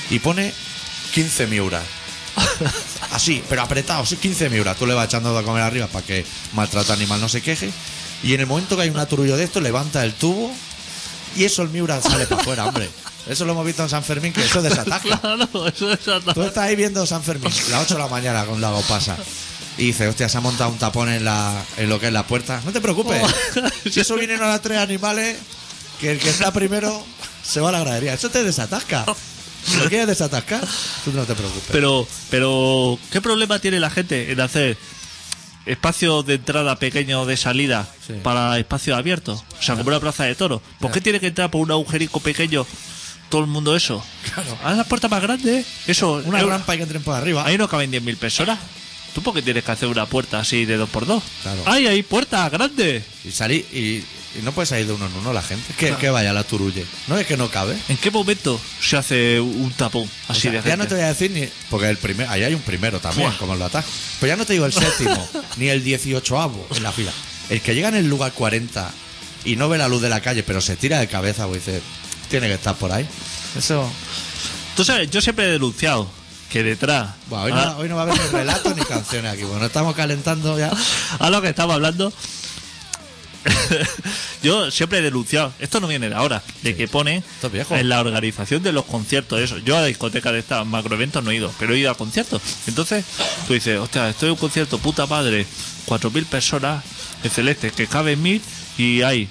Y pone 15 miuras. Así, pero apretado, sí, 15 miuras. Tú le vas echando de comer arriba para que maltrata animal no se queje. Y en el momento que hay un aturullo de esto, levanta el tubo y eso el miura sale para afuera, hombre. Eso lo hemos visto en San Fermín, que eso desataca.
[laughs] Claro, eso es atascar.
Tú estás ahí viendo San Fermín, las 8 de la mañana con Lago Pasa. Y dice, hostia, se ha montado un tapón en, la, en lo que es la puerta. No te preocupes.
Oh.
Si eso vienen a las tres animales, que el que está primero se va a la gradería. Eso te desatasca. Si lo quieres desatascar, tú no te preocupes.
Pero, pero, ¿qué problema tiene la gente en hacer espacios de entrada pequeños de salida
Sí.
para espacios abiertos? O sea, como una plaza de toros. ¿Por qué tiene que entrar por un agujerico pequeño todo el mundo eso?
Claro.
Haz las puertas más grandes. Eso,
Una
eh,
rampa y que entren por arriba.
Ahí no caben 10.000 personas. ¿Tú por qué tienes que hacer una puerta así de 2x2?
Claro.
¡Ay, hay puertas grandes!
Y salí y, y no puedes salir de uno en uno la gente. Que,
Ah.
que vaya la turulle. No es que no cabe.
¿En qué momento se hace un tapón
O
así
sea,
de
ya
gente?
no te voy a decir ni. Porque el primer, ahí hay un primero también,
Buah.
como el atajo. Pero ya no te digo el
[laughs]
séptimo, ni el dieciochoavo en la fila. El que llega en el lugar 40 y no ve la luz de la calle, pero se tira de cabeza, pues dice, tiene que estar por ahí. Eso.
Tú sabes, yo siempre he denunciado que detrás...
Buah, hoy,
Ah.
no, hoy no va a haber ni relatos ni canciones aquí. Bueno, estamos calentando ya.
[laughs] a lo que estamos hablando. Yo siempre he denunciado, esto no viene de ahora, de que pone
Esto es viejo.
en la organización de los conciertos, eso. Yo a la discoteca de estas macroeventos no he ido, pero he ido a conciertos. Entonces tú dices, hostia, estoy en un concierto, puta madre, 4.000 personas en celeste, que caben 1.000 y hay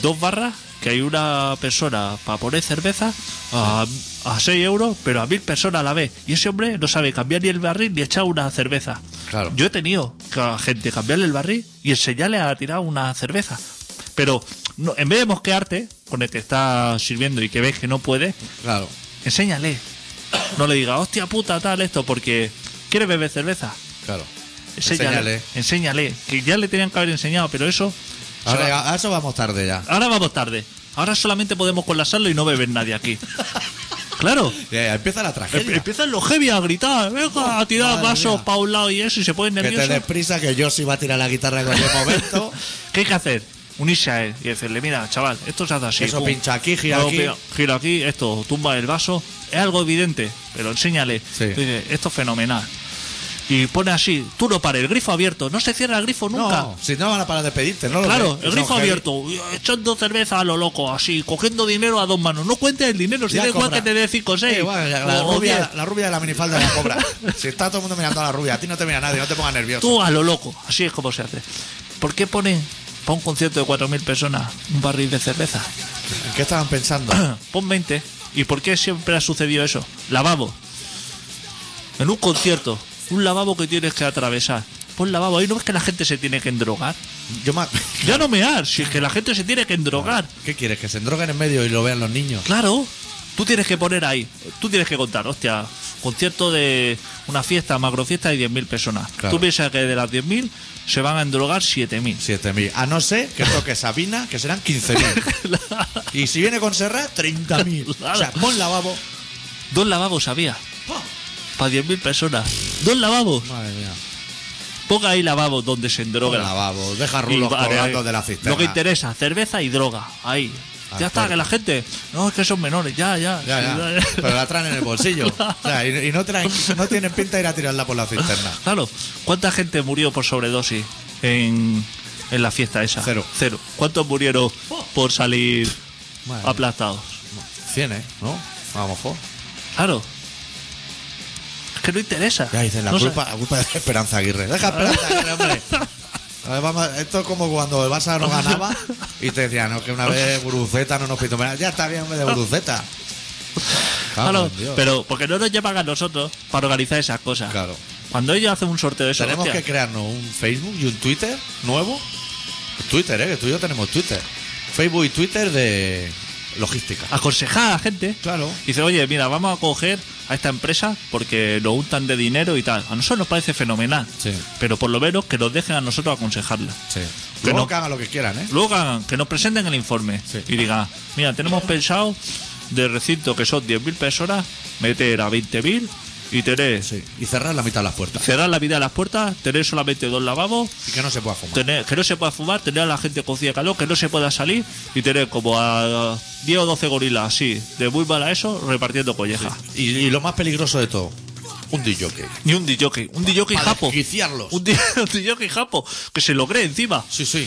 dos barras, que hay una persona para poner cerveza a, a 6 euros, pero a 1.000 personas a la vez. Y ese hombre no sabe cambiar ni el barril ni echar una cerveza.
Claro.
Yo he tenido que a la gente cambiarle el barril y enseñarle a tirar una cerveza. Pero no, en vez de mosquearte con el que está sirviendo y que ves que no puede,
Claro.
enséñale. No le diga, hostia puta, tal, esto, porque quieres beber cerveza.
Claro.
Enséñale.
Enséñale.
Enséñale. Que ya le tenían que haber enseñado, pero eso.
Ahora,
se va-
ya- a eso vamos tarde ya.
ahora vamos tarde. Ahora solamente podemos con la sala y no beber nadie
[laughs]
aquí. claro.
Ya, empieza la
Em-
tragedia.
Empiezan los heavy a gritar, venga, a tirar
madre
vasos
mía.
para un lado y eso, y se ponen
Que te
nerviosos.
desprisa, que yo sí va a tirar la guitarra en cualquier momento.
¿Qué hay que hacer? Unirse a él y decirle, mira, chaval, esto se hace así.
Eso pincha aquí, gira
Luego
aquí.
gira- gira aquí, esto, tumba el vaso. Es algo evidente, pero enséñale.
Sí.
Dice, esto es fenomenal. Y pone así, tú no pares, el grifo abierto. No se cierra el grifo [laughs] nunca.
No, si no van a parar de pedirte, no lo
Claro,
ves.
el
Son
grifo
heavy.
abierto, eh, echando cerveza a lo loco, así, cogiendo dinero a dos manos. No cuentes el dinero, si
Ya
da igual
cobra.
que te dé 5 o 6.
Eh, igual, la, la rubia, la rubia de la minifalda la cobra. [laughs] Si está todo el mundo mirando a la rubia, a ti no te mira nadie, no te pongas nervioso.
Tú a lo loco, así es como se hace. ¿Por qué pone para un concierto de 4.000 personas un barril de cerveza?
¿En qué estaban
[coughs]
pensando?
[clears throat] Pon 20. ¿Y por qué siempre ha sucedido eso? Lavabo. En un concierto, un lavabo que tienes que atravesar. Pon lavabo. Ahí no ves que la gente se tiene que endrogar.
Yo me-
Ya no mear, si es que la gente se tiene que endrogar.
¿Qué quieres? ¿Que se endroguen en medio y lo vean los niños?
Claro, tú tienes que poner ahí, tú tienes que contar, hostia, concierto de una fiesta, macro fiesta de 10.000 personas.
Claro.
Tú piensas que de las 10.000 se van a endrogar 7.000.
7.000. A no ser que toque Sabina, que serán
[laughs]
15.000. Y si viene con Serrat, 30.000. O sea, pon lavabo.
Dos lavabos había,
¡pum!
para 10.000 personas. Dos lavabos.
Madre mía.
Ponga ahí lavabos donde se
Pon
endroga.
lavabo. Deja
Y
rulos
vale,
colgando
ahí.
de la cisterna.
Lo que interesa, cerveza y droga. Ahí.
Ah,
ya está,
claro.
que la gente. No, es que son menores, ya, ya.
Ya, ya.
[laughs] Sí,
[laughs] Pero la traen en el bolsillo. O sea, y, y no, traen, no tienen pinta de ir a tirarla por la cisterna.
Claro. ¿Cuánta gente murió por sobredosis en, en la fiesta esa?
Cero.
Cero. ¿Cuántos murieron por salir
Madre
aplastados?
100, ¿eh? ¿No? A lo mejor.
Claro. Es que no interesa.
Ya dicen, la,
No sé.
culpa, la culpa es de Esperanza Aguirre. Deja a Esperanza Aguirre, hombre. A ver, vamos, esto es como cuando el Barça no ganaba y te decían, no, que una vez Guruceta no nos pintó. Mira, Ya está bien, hombre, de Guruceta. Cago
Claro,
en Dios.
pero porque no nos llaman a nosotros para organizar esas cosas.
Claro.
Cuando ellos hacen un sorteo de eso,
Tenemos
hostia,
que crearnos un Facebook y un Twitter nuevo. Twitter, ¿eh? Que tú y yo tenemos Twitter. Facebook y Twitter de logística.
aconsejar a la gente.
Claro.
Dice, oye, mira, vamos a coger a esta empresa porque nos untan de dinero y tal. A nosotros nos parece fenomenal.
Sí.
Pero por lo menos que nos dejen a nosotros aconsejarla.
Sí.
Que
Luego
no-
que hagan lo que quieran, ¿eh?
Luego que, hagan- que nos presenten el informe
Sí.
y digan, mira, tenemos pensado de recinto que son 10.000 personas, meter a 20.000 y tener,
Sí. Y cerrar la mitad de las puertas.
cerrar la vida de las puertas, tener solamente dos lavabos,
Y que no se pueda fumar.
tener, que no se pueda fumar, tener a la gente cocida de calor, que no se pueda salir y tener como a 10 o 12 gorilas así, de muy mala eso, repartiendo collejas.
Y, y lo más peligroso de todo, un DJ.
Ni un DJ, un DJ
Para
japo.
desquiciarlos.
[laughs] Un DJ japo, que se lo cree encima.
Sí, sí.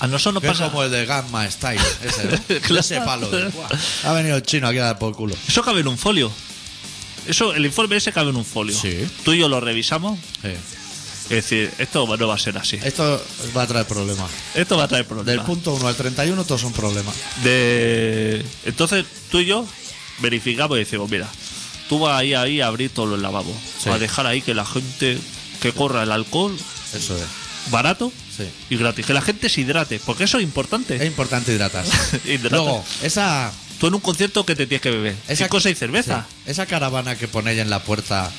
A nosotros
Que
nos
es
pasa.
como el de Gamma Style. Ese,
[laughs]
¿no?
Claro.
Ese palo. de, "Buah, ha venido el chino aquí a dar por culo.
Eso cabe en un folio. Eso, el informe ese cabe en un folio.
Sí.
Tú y yo lo revisamos.
Sí.
Es decir, esto no va a ser así.
Esto va a traer problemas.
Esto va a traer
Eh, Del
problemas.
punto 1 al 31 todos son problemas.
De... Entonces, tú y yo verificamos y decimos, mira, tú vas ahí, ahí a abrir todos los lavabos.
Sí.
A dejar ahí que la gente que corra el alcohol
Eso es.
barato
Sí.
y gratis. Que la gente se hidrate, porque eso es
Es
[laughs] importante.
importante hidratarse.
Hidrata.
Luego, esa
Tú en un concierto que te tienes que beber.
Esa-
Esa cosa y cerveza.
Sí. Esa caravana que ponéis en la puerta,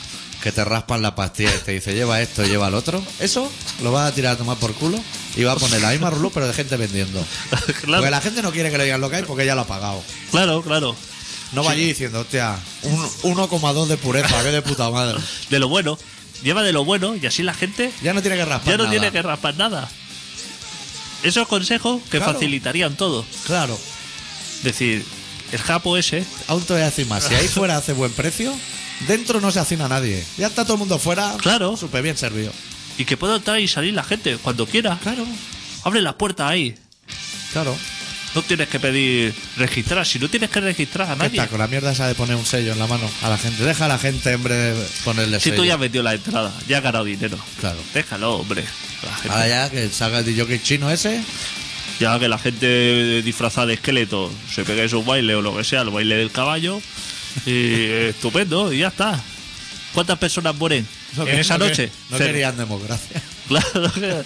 que te raspan la pastilla y te dice lleva esto, lleva el otro, eso lo vas a tirar a tomar por culo y va a poner la misma rulú pero de gente vendiendo.
[laughs] Claro.
Porque la gente no quiere que le digan lo que hay porque ya lo ha pagado.
Claro, claro.
No va allí diciendo, hostia, un 1,2 de pureza, que de puta madre.
De lo bueno. Lleva de lo bueno y así la gente
Ya no tiene que raspar.
ya no
nada.
tiene que raspar nada. Esos consejos que
Claro.
facilitarían todo.
Claro.
Es decir, el japo ese,
Aún te voy a decir más. Si ahí fuera hace buen precio, dentro no se hacina nadie. Ya está todo el mundo fuera.
Claro.
Súper bien servido.
y que pueda entrar y salir la gente cuando quiera.
Claro.
Abre las puertas ahí.
Claro.
No tienes que pedir registrar. Si no tienes que registrar a
¿Qué
nadie,
está con la mierda esa de poner un sello en la mano a la gente? Deja a la gente, hombre, de ponerle
si
sello.
tú ya has vendido la entrada, ya has ganado dinero.
Claro.
Déjalo, hombre. La gente-
Ahora ya que salga el DJ chino ese,
Ya que la gente disfrazada de esqueleto se pegue su baile o lo que sea, el baile del caballo,
[laughs]
y estupendo, y ya está. ¿Cuántas personas mueren
no
en
que-
esa
no que-
noche?
No
Cero.
querían democracia.
[laughs] Claro. que-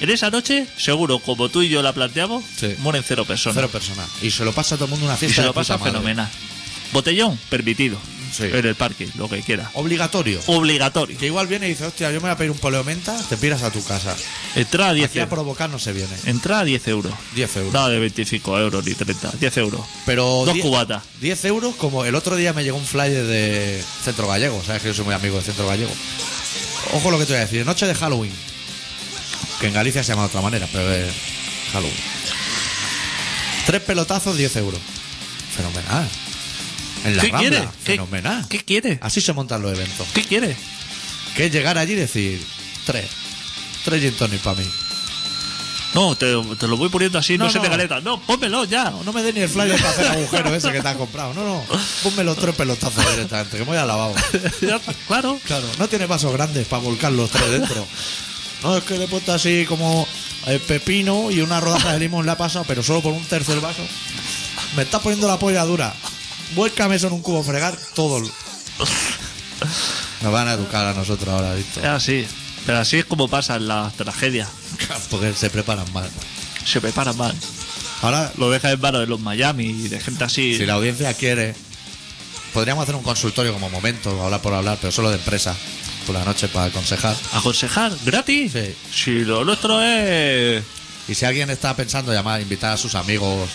En esa noche, seguro, como tú y yo la planteamos,
Sí.
mueren cero personas.
Cero personas. Y se lo pasa a todo el mundo una
y
fiesta.
se
de
lo
puta
pasa
madre.
fenomenal. Botellón, permitido.
Sí.
En el parque, lo que quiera.
Obligatorio.
Obligatorio.
Que igual viene y dice, hostia, yo me voy a pedir un poleo menta, te piras a tu casa.
Entrada a 10
Aquí a
euros.
provocar no se viene.
Entrada a 10 Eh, euros.
10 euros.
Nada de 25 euros ni 30. 10 euros.
Pero
Dos
die-
cubatas.
10 euros, como el otro día me llegó un flyer de Centro Gallego, sabes que yo soy muy amigo de Centro Gallego. Ojo lo que te voy a decir, noche de Halloween. Que en Galicia se llama de otra manera, pero es Halloween. Tres pelotazos, 10 euros. Fenomenal. En la
¿Qué
Rambla,
quiere? ¿Qué-
fenomenal.
¿Qué quiere?
Así se montan los eventos.
¿Qué quiere?
Que es llegar allí y decir, tres. Tres gin tonic para mí.
No, te, te lo voy poniendo así, no,
No,
se te
no.
caleta. No, pónmelo ya.
No me dé [laughs] ni el flyer para hacer agujero ese que te has comprado. No, no. Ponme los tres pelotazos directamente, que me voy al lavabo.
Ya, claro.
Claro, no tiene vasos grandes para volcar los tres dentro. No, es que le he puesto así como el pepino y una rodaja de limón le ha pasado, pero solo por un tercio del vaso. Me está poniendo la polla dura. Vuélcame eso en un cubo, fregar todo. el- Nos van a educar a nosotros ahora, ¿visto?
Es así. Pero así es como pasan las tragedias.
Porque se preparan mal.
Se preparan mal.
Ahora,
Lo dejas en manos de los Miami y de gente así.
si la audiencia quiere, podríamos hacer un consultorio como momento, hablar por hablar, pero solo de empresa, por la noche para aconsejar.
aconsejar gratis.
Sí.
Si lo nuestro es.
Y si alguien está pensando llamar, invitar a sus amigos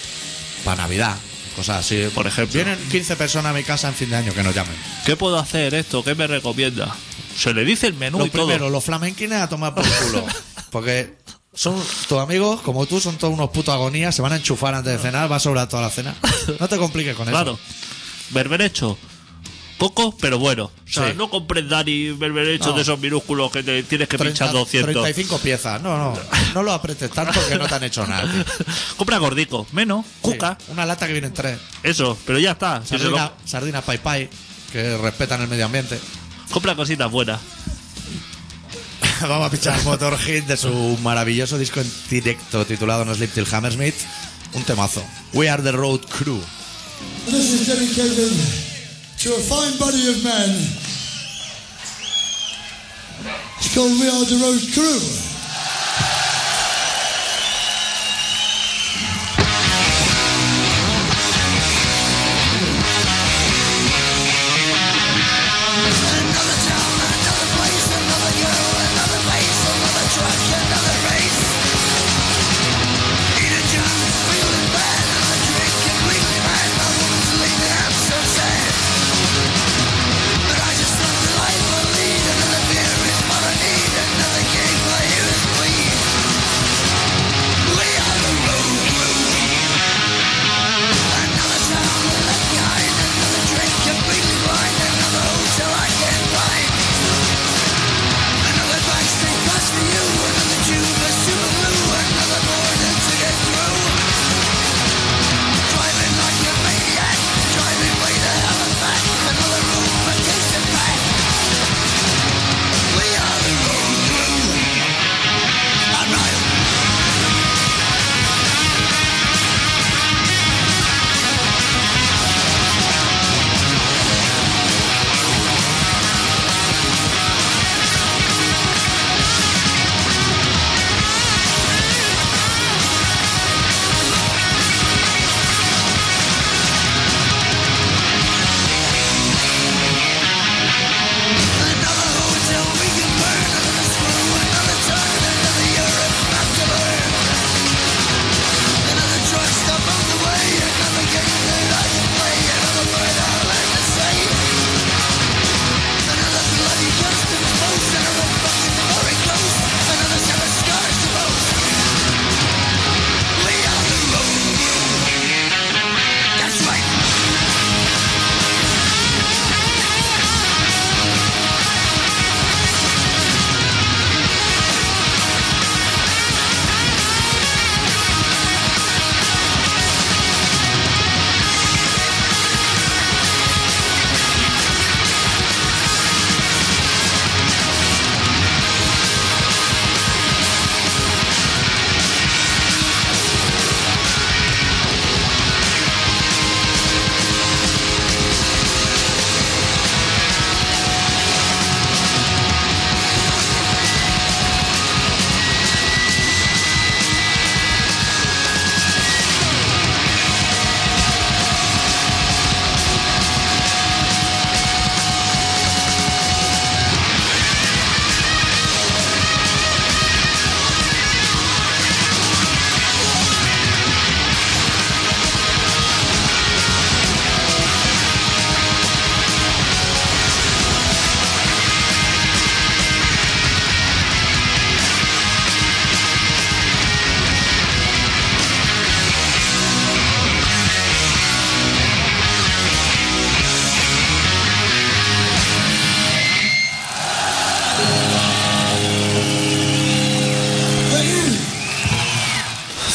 para Navidad, cosas así.
Por ejemplo.
Vienen 15 personas a mi casa en fin de año que nos llamen.
¿Qué puedo hacer esto? ¿Qué me recomienda? Se le dice el menú
Lo
y todo.
primero, los flamenquines a tomar por
[laughs]
culo. Porque son tus amigos, como tú, son todos unos putos agonías, se van a enchufar antes de cenar, va a sobrar toda la cena. No te compliques con
Claro.
eso.
Berberecho. Poco, pero bueno. O sea,
Sí.
no compres Dani berberecho
No.
de esos minúsculos que te tienes que
30,
pinchar 200.
35 piezas. No, no. No lo apretes tanto que no te han hecho nada. tío.
[laughs] Compra gordico. Menos. Cuca.
Sí, una lata que viene en tres.
Eso. Pero ya está. Si se lo-
Sardinas sardina pai pai, que respetan el medio ambiente. [laughs]
Compra cositas buenas.
Vamos a pichar Motorhead de su maravilloso disco en directo titulado No Sleep Till Hammersmith. Un temazo. We are the road crew.
Ladies and gentlemen, to a fine body of men. It's called We Are the Road Crew.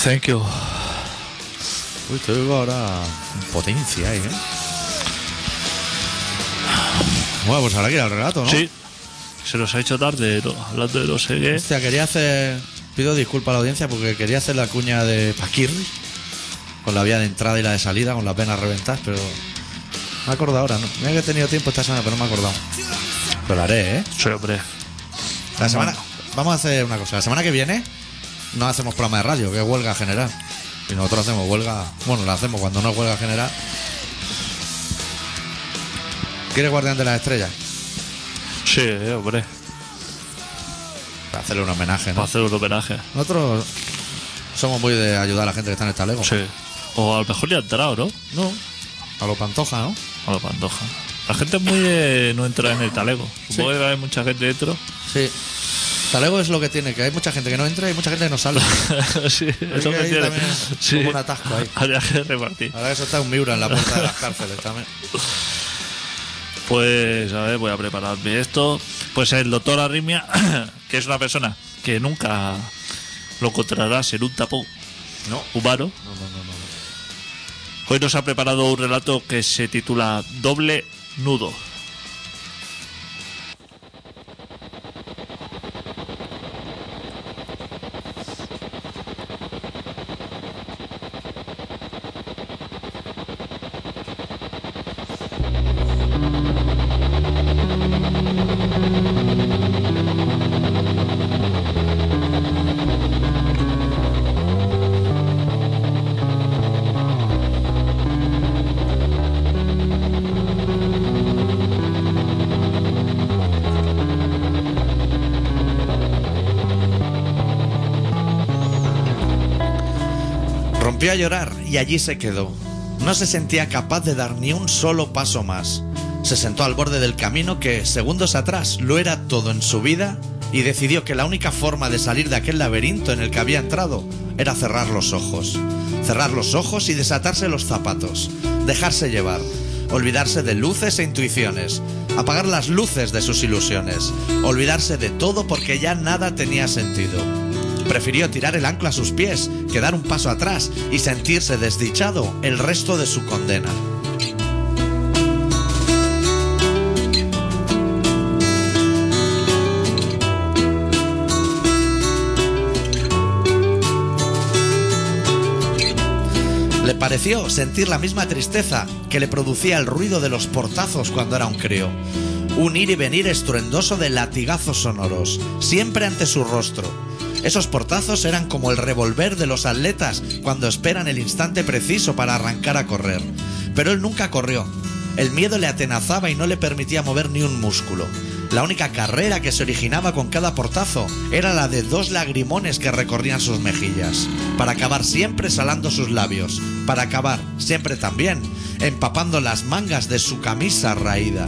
Thank you.
Uy, te oigo ahora en potencia ahí, ¿eh? Bueno, pues ahora que al relato, ¿no?
Sí. Se nos ha hecho tarde no, hablando de no sé qué.
Hostia, quería hacer. Pido disculpas a la audiencia porque quería hacer la cuña de Paquirri con la vía de entrada y la de salida, con las venas reventadas, pero. Me acuerdo ahora, ¿no? Mira que he tenido tiempo esta semana, pero no me he acordado. Pero lo haré, ¿eh?
Sí, hombre.
La semana. Vamos a hacer una cosa. La semana que viene no hacemos programa de radio, que es huelga general. Y nosotros hacemos huelga. Bueno, la hacemos cuando no es huelga general. ¿Quieres Guardián de las Estrellas?
Sí, eh, hombre.
Para hacerle un homenaje,
Para
¿no?
hacer un homenaje.
Nosotros somos muy de ayudar a la gente que está en el talego.
Sí. O a lo mejor le ha entrado, ¿no?
No. A lo pantoja, ¿no?
A la pantoja. La gente es muy de no entrar en el talego. Supongo que hay mucha gente dentro. [laughs]
Sí. Talego es lo que tiene, que hay mucha gente que no entra y mucha gente que no [laughs] sale.
sí,
Es
eso
que
me
ahí
tiene.
también es
Sí.
como un atasco ahí.
[laughs] Habría que repartir.
Ahora eso está un miura en la puerta de las cárceles también.
Pues, a ver, voy a prepararme esto. Pues el doctor Arritmia, [coughs] que es una persona que nunca lo encontrarás en un tapón
No.
humano. Hoy nos ha preparado un relato que se titula Doble Nudo.
rompió a llorar y allí se quedó. No se sentía capaz de dar ni un solo paso más. Se sentó al borde del camino que, segundos atrás, lo era todo en su vida y decidió que la única forma de salir de aquel laberinto en el que había entrado era cerrar los ojos. Cerrar los ojos y desatarse los zapatos. Dejarse llevar. Olvidarse de luces e intuiciones. Apagar las luces de sus ilusiones. Olvidarse de todo porque ya nada tenía sentido. Prefirió tirar el ancla a sus pies que dar un paso atrás y sentirse desdichado el resto de su condena. Le pareció sentir la misma tristeza que le producía el ruido de los portazos cuando era un crío. Un ir y venir estruendoso de latigazos sonoros, siempre ante su rostro. Esos portazos eran como el revolver de los atletas cuando esperan el instante preciso para arrancar a correr. Pero él nunca corrió. El miedo le atenazaba y no le permitía mover ni un músculo. La única carrera que se originaba con cada portazo era la de dos lagrimones que recorrían sus mejillas, para acabar siempre salando sus labios, para acabar siempre también empapando las mangas de su camisa raída.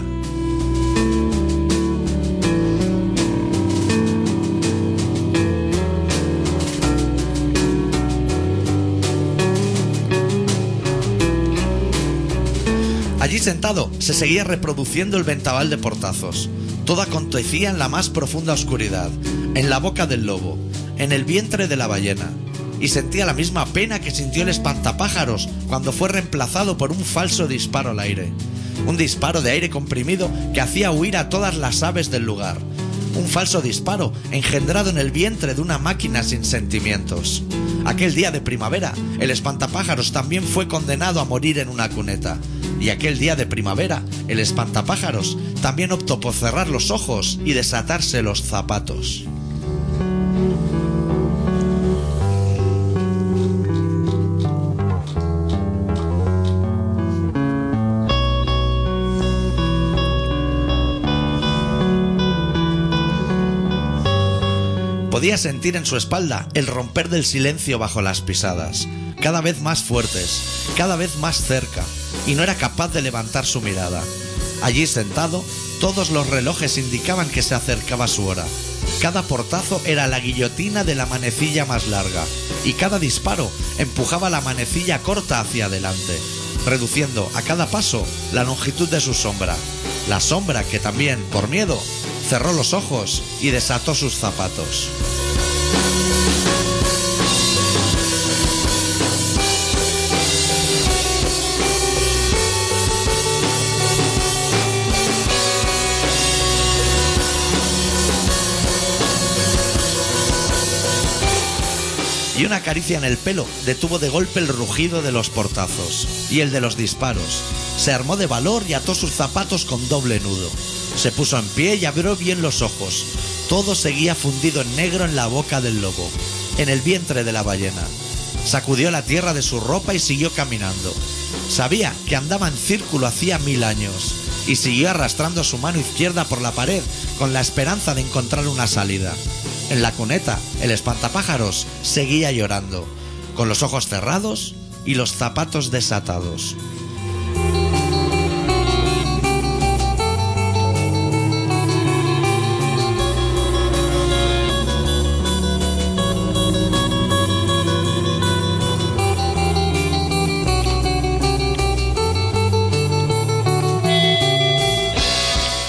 Allí sentado se seguía reproduciendo el ventaval de portazos. Todo acontecía en la más profunda oscuridad, en la boca del lobo, en el vientre de la ballena. Y sentía la misma pena que sintió el espantapájaros cuando fue reemplazado por un falso disparo al aire. Un disparo de aire comprimido que hacía huir a todas las aves del lugar. Un falso disparo engendrado en el vientre de una máquina sin sentimientos. Aquel día de primavera, el espantapájaros también fue condenado a morir en una cuneta. Y aquel día de primavera, el espantapájaros también optó por cerrar los ojos y desatarse los zapatos. Podía sentir en su espalda el romper del silencio bajo las pisadas, cada vez más fuertes, cada vez más cerca, y no era capaz de levantar su mirada. Allí sentado, todos los relojes indicaban que se acercaba su hora. Cada portazo era la guillotina de la manecilla más larga, y cada disparo empujaba la manecilla corta hacia adelante, reduciendo a cada paso la longitud de su sombra. La sombra que también, por miedo, cerró los ojos y desató sus zapatos. y una caricia en el pelo detuvo de golpe el rugido de los portazos y el de los disparos. Se armó de valor y ató sus zapatos con doble nudo. Se puso en pie y abrió bien los ojos. Todo seguía fundido en negro en la boca del lobo, en el vientre de la ballena. Sacudió la tierra de su ropa y siguió caminando. Sabía que andaba en círculo hacía mil años y siguió arrastrando su mano izquierda por la pared con la esperanza de encontrar una salida. En la cuneta, el espantapájaros seguía llorando, con los ojos cerrados y los zapatos desatados.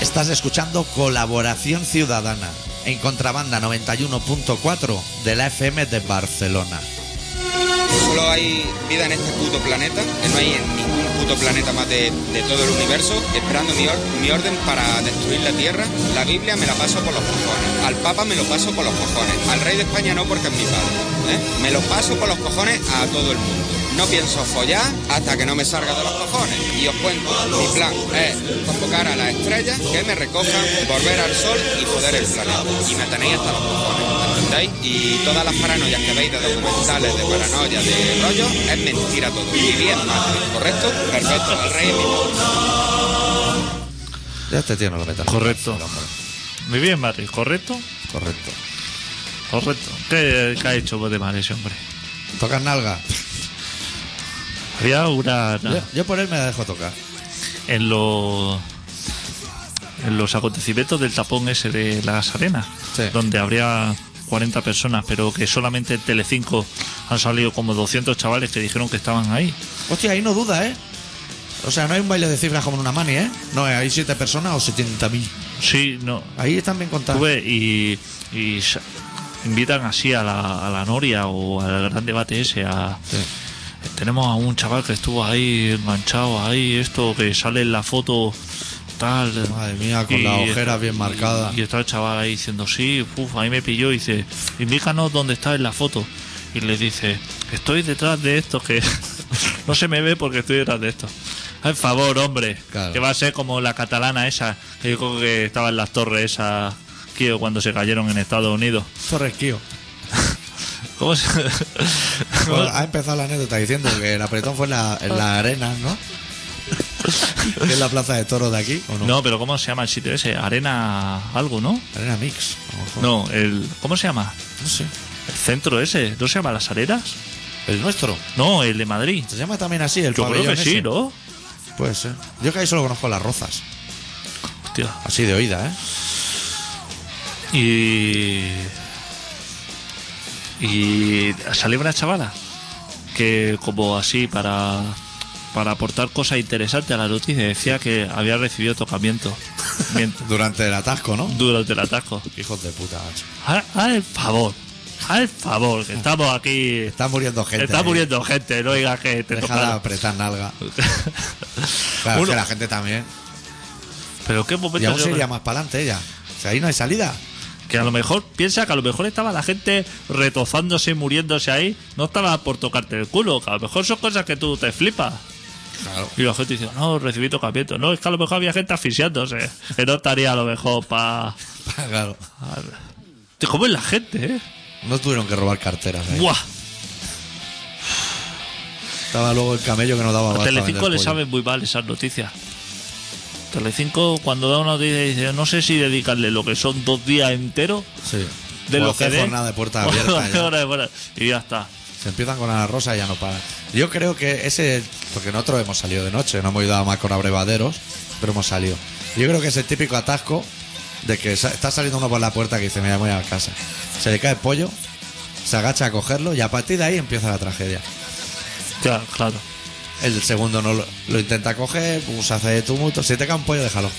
Estás escuchando Colaboración Ciudadana en Contrabanda 91.4 de la FM de Barcelona.
Solo hay vida en este puto planeta, que no hay en ningún puto planeta más de, de todo el universo, esperando mi, or- mi orden para destruir la Tierra. La Biblia me la paso por los cojones, al Papa me lo paso por los cojones, al Rey de España no porque es mi padre, ¿eh? me lo paso por los cojones a todo el mundo. No pienso follar hasta que no me salga de los cojones. Y os cuento, mi plan es convocar a las estrellas que me recojan, volver al sol y joder el planeta. Y me tenéis hasta los cojones. ¿Entendéis? Y todas las paranoias que veis de documentales, de paranoia, de rollo, es mentira todo. Mi vida es madre, ¿correcto? Perfecto, el rey es mi padre.
Ya este tío no lo metas.
Correcto. Muy bien, Mari, ¿correcto?
Correcto.
Correcto. ¿Qué, qué ha hecho vos de mal ese hombre?
¿Tocas nalga?
Había una.
Yo, yo por él me la dejo tocar.
en los en los acontecimientos del tapón ese de la Gasarena,
Sí.
donde habría 40 personas, pero que solamente en Telecinco han salido como 200 chavales que dijeron que estaban ahí.
Hostia, ahí no duda, ¿eh? O sea, no hay un baile de cifras como en una mani, ¿eh? No, hay siete personas o 70.000.
Sí, no,
Ahí están bien contados.
tuve y, y sa- invitan así a la, a la Noria o al gran debate ese a... Tenemos a un chaval que estuvo ahí enganchado, ahí esto, que sale en la foto, tal.
Madre mía, con las ojeras bien marcadas.
Y está el chaval ahí diciendo, sí, puf, ahí me pilló y dice, indícanos dónde está en la foto. Y le dice, estoy detrás de esto, que [laughs] no se me ve porque estoy detrás de esto. Al favor, hombre,
Claro.
que va a ser como la catalana esa, que yo creo que estaba en las torres esa, Kio, cuando se cayeron en Estados Unidos.
Torresquío.
¿Cómo se...? [laughs]
Bueno, Pues, ha empezado la anécdota diciendo que el apretón fue en la, en la arena,
[laughs]
¿no? Que es la plaza de toros de aquí, ¿o no?
No, pero ¿cómo se llama el sitio ese? Arena algo, ¿no?
Arena Mix. a lo mejor.
No, el... ¿Cómo se llama?
No sé.
El centro ese, ¿no se llama Las Arenas?
El nuestro.
No, el de Madrid.
Se llama también así el
Yo creo
pabellón
que sí,
ese.
¿no?
Puede ser. Yo que ahí solo conozco las rozas.
Hostia.
Así de oída, ¿eh?
Y. Y salió una chavala que, como así, para, para aportar cosas interesantes a la noticia, decía que había recibido tocamiento mient-
Durante el atasco, ¿no?
[laughs] durante el atasco.
Hijos de puta, macho.
Al, al favor, al favor, que estamos aquí.
Está muriendo gente.
Está
ahí.
muriendo gente, no digas que te
Deja de
toca.
apretar nalga. Claro, es
Uno- Pues
que la gente también.
[laughs] Pero qué
Y
momento.
aún
yo
se
creo-
iría más para adelante ella. O sea, ahí no hay salida.
Que a lo mejor piensa que a lo mejor estaba la gente retozándose y muriéndose ahí. No estaba por tocarte el culo. Que a lo mejor son cosas que tú te flipas.
Claro.
Y la gente dice, no, recibí tocamiento. No, es que a lo mejor había gente asfixiándose. Que no estaría a lo mejor para.
[laughs] claro.
¿Cómo es la gente, eh?
No tuvieron que robar carteras. ahí.
Buah.
Estaba luego el camello que nos daba
A
abasto a
Telecinco
vender
le
pollo.
saben muy mal esas noticias. Telecinco cuando da una noticia dice, no sé si dedicarle lo que son dos días enteros
Sí.
de
O
lo que
hacer
dé.
jornada de puerta
O [laughs]
abierta.
hacer
ya.
hora de fuera. Y ya está.
Se empiezan con la rosa y ya no paran. Yo creo que ese. Porque nosotros hemos salido de noche, no hemos ido a más con abrevaderos, pero hemos salido. Yo creo que es el típico atasco de que sa- está saliendo uno por la puerta que dice: Mira, voy a casa. Se le cae el pollo, se agacha a cogerlo y a partir de ahí empieza la tragedia.
Ya, claro.
El segundo no lo, lo intenta coger, pues, se hace tumulto. Si te cae un pollo, déjalo.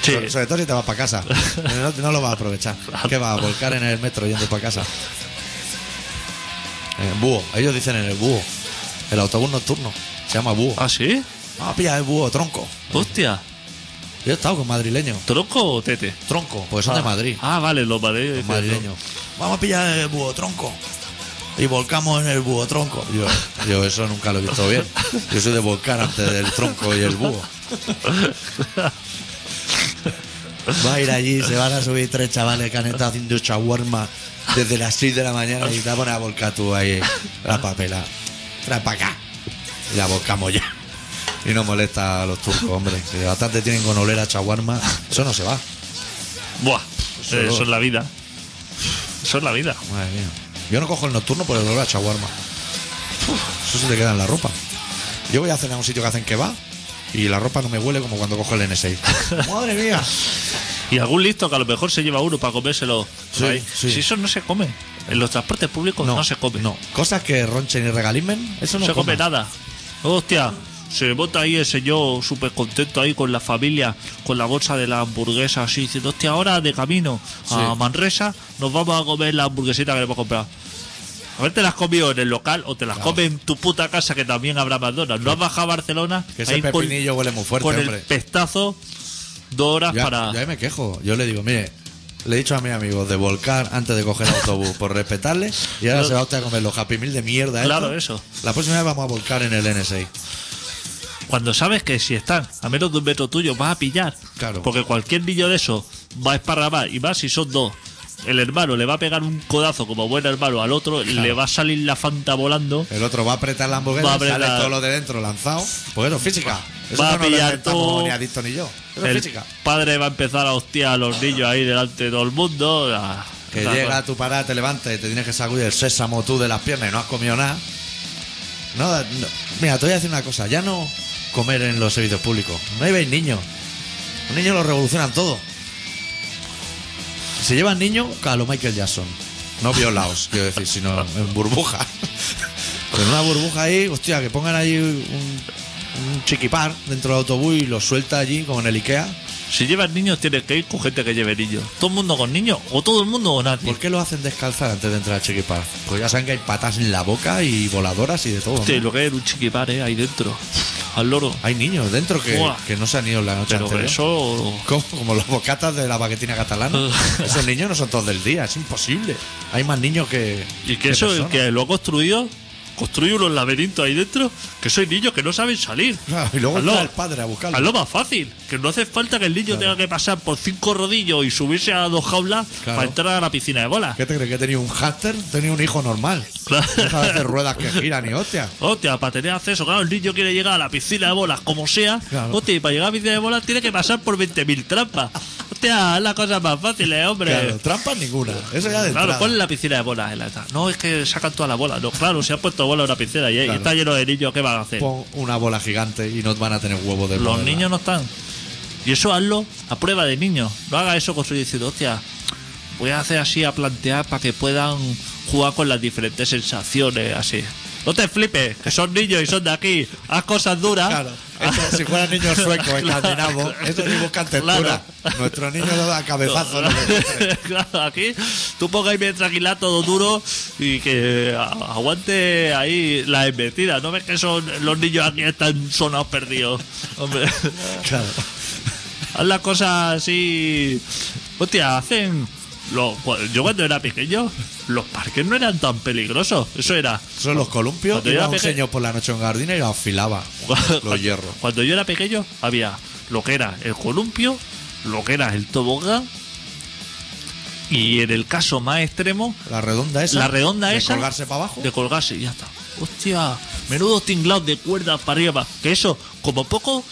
Sí.
Sobre, sobre todo si te vas para
[laughs]
casa. No, no lo vas a aprovechar. ¿Qué vas a volcar en el metro yendo para casa? En el búho. Ellos dicen en el búho. El autobús nocturno. Se llama búho.
¿Ah, sí?
Ah, pilla el búho, tronco.
Hostia.
Yo he estado con madrileños.
¿Tronco o tete?
Tronco, porque son de
Ah.
Madrid.
Ah, vale, los
Los
madrileños.
madrileños. Vamos a pillar el búho, tronco. Y volcamos en el búho, tronco. Yo, yo eso nunca lo he visto bien. Yo soy de volcar antes del tronco y el búho. Va a ir allí, se van a subir tres chavales que han estado haciendo shawarma desde las 6 de la mañana y te van a volcar tú ahí la papela. Trae para acá. Y la volcamos ya. Y no molesta a los turcos, hombre. Si bastante tienen con oler a shawarma, eso no se va.
Buah,
Eso
eh,
no.
eso es la vida. Eso es la vida.
Madre mía. Yo no cojo el nocturno por el olor a chaguarma. Eso se te queda en la ropa. Yo voy a cenar a un sitio que hacen que va y la ropa no me huele como cuando cojo el N6.
[laughs]
Madre mía.
Y algún listo que a lo mejor se lleva uno para comérselo.
Sí,
Ahí.
sí.
Si eso no se come. En los transportes públicos no, se come.
No. Cosas que ronchen y regalimen, eso
No
no
se come
como.
nada. Hostia. Se bota ahí el señor súper contento ahí con la familia, con la bolsa de la hamburguesa, así diciendo, hostia, ahora de camino a
Sí.
Manresa nos vamos a comer la hamburguesita que le hemos comprado. A ver, te las has comido en el local o te las comes en tu puta casa que también habrá McDonald's. No has bajado a Barcelona
Que ese
ahí con-
pepinillo huele muy fuerte,
con
hombre.
el pestazo dos horas
Yo,
para...
yo ahí me quejo. Yo le digo, mire, le he dicho a mis amigos de volcar antes de coger el autobús por respetarle y ahora
Claro.
se va usted a comer los Happy Meal de mierda.
Claro,
estos.
eso.
La próxima vez vamos a volcar en el N6.
Cuando sabes que si están a menos de un metro tuyo vas a pillar.
Claro.
Porque cualquier niño de eso va a esparramar y más si son dos. El hermano le va a pegar un codazo como buen hermano al otro, le va a salir la fanta volando,
El otro va a apretar la hamburguesa,
Va a apretar.
sale todo lo de dentro lanzado. Pues eso es física. Eso
Va a
no nos lo
pillar
inventamos
todo.
ni Adicto ni yo. Eso es
el
física.
padre va a empezar a hostiar a los niños ahí delante de todo el mundo. la-
Que
la-
llega a tu parada, te levantas y te tienes que sacudir el sésamo tú de las piernas y no has comido nada. No, no. Mira, te voy a decir una cosa. Ya no comer en los servicios públicos. No llevéis niños. Los niños lo revolucionan todo. Si llevan niños, a lo Michael Jackson. No violados, quiero decir, sino en burbuja. [laughs] Con una burbuja ahí, hostia, que pongan ahí un, un chiquipar dentro del autobús y lo suelta allí, como en el Ikea.
Si llevas niños, tienes que ir con gente que lleve niños. Todo el mundo con niños, o todo el mundo o nadie.
¿Por qué lo hacen descalzar antes de entrar al chiquipar? Pues ya saben que hay patas en la boca y voladoras y de todo. ¿no?
Hostia, y lo que es un chiquipar, eh, ahí dentro. Al loro.
Hay niños dentro que,
Buah.
que no se han ido en la noche
Pero
anterior.
eso.
[laughs] Como, como los bocatas de la baguetina
[laughs]
catalana. Esos niños no son todos del día, es imposible. Hay más niños que.
Y que eso, el
personas.
que lo ha construido, construye unos laberintos ahí dentro, que soy niños que no saben salir.
Claro, y luego
Hazlo-
entra el padre a buscarlo.
hazlo más fácil, que no hace falta que el niño tenga que pasar por cinco rodillos y subirse a dos jaulas
Claro.
para entrar a la piscina
[laughs]
de bolas.
¿Qué te crees? ¿Que he tenido un hámster? Tenía un hijo normal.
Claro.
Deja de hacer ruedas que giran y hostia.
[laughs] Hostia, para tener acceso, claro, el niño quiere llegar a la piscina de bolas como sea.
Claro.
Hostia, y para llegar a la piscina de bolas tiene que pasar por 20.000 trampas. Hostia, es la cosa más fácil, eh, hombre.
Claro, trampas ninguna. Eso ya de
Claro,
entrada.
pon la piscina de bolas en la esta. No es que sacan todas las bolas. No, claro, se han puesto bolas en una piscina y, y
Claro.
está lleno de niños. ¿Qué van a hacer?
Pon una bola gigante y no van a tener huevo de
Los
ponerla.
niños no están. Y eso hazlo a prueba de niños. No haga eso con su diciendo, hostia, voy a hacer así a plantear para que puedan jugar con las diferentes sensaciones, así. No te flipes, que son niños y son de aquí. Haz cosas duras. [laughs]
Claro. Esto, si fueran niños suecos, escandinavos, estos ni buscan textura.
Claro.
Nuestro niño le da cabezazo. ¿no?
claro, aquí tú ponga ahí tranquila todo duro y que a- aguante ahí las embestidas. ¿No ves que son los niños aquí están sonados perdidos? Hombre.
Claro.
Haz las cosas así. Hostia, hacen. lo- cu- yo cuando era pequeño, los parques no eran tan peligrosos. Eso era. [laughs]
Son los columpios.
Cuando yo
Iba
era
un
peque-
señor por la noche en Gardina y lo
[laughs]
afilaba los hierros.
Cuando yo era pequeño, había lo que era el columpio, lo que era el tobogán. Y en el caso más extremo,
La redonda esa.
la redonda
de
esa.
colgarse para abajo.
De colgarse y ya está. Hostia, menudo tinglado de cuerdas para arriba. pa- Que eso, como poco,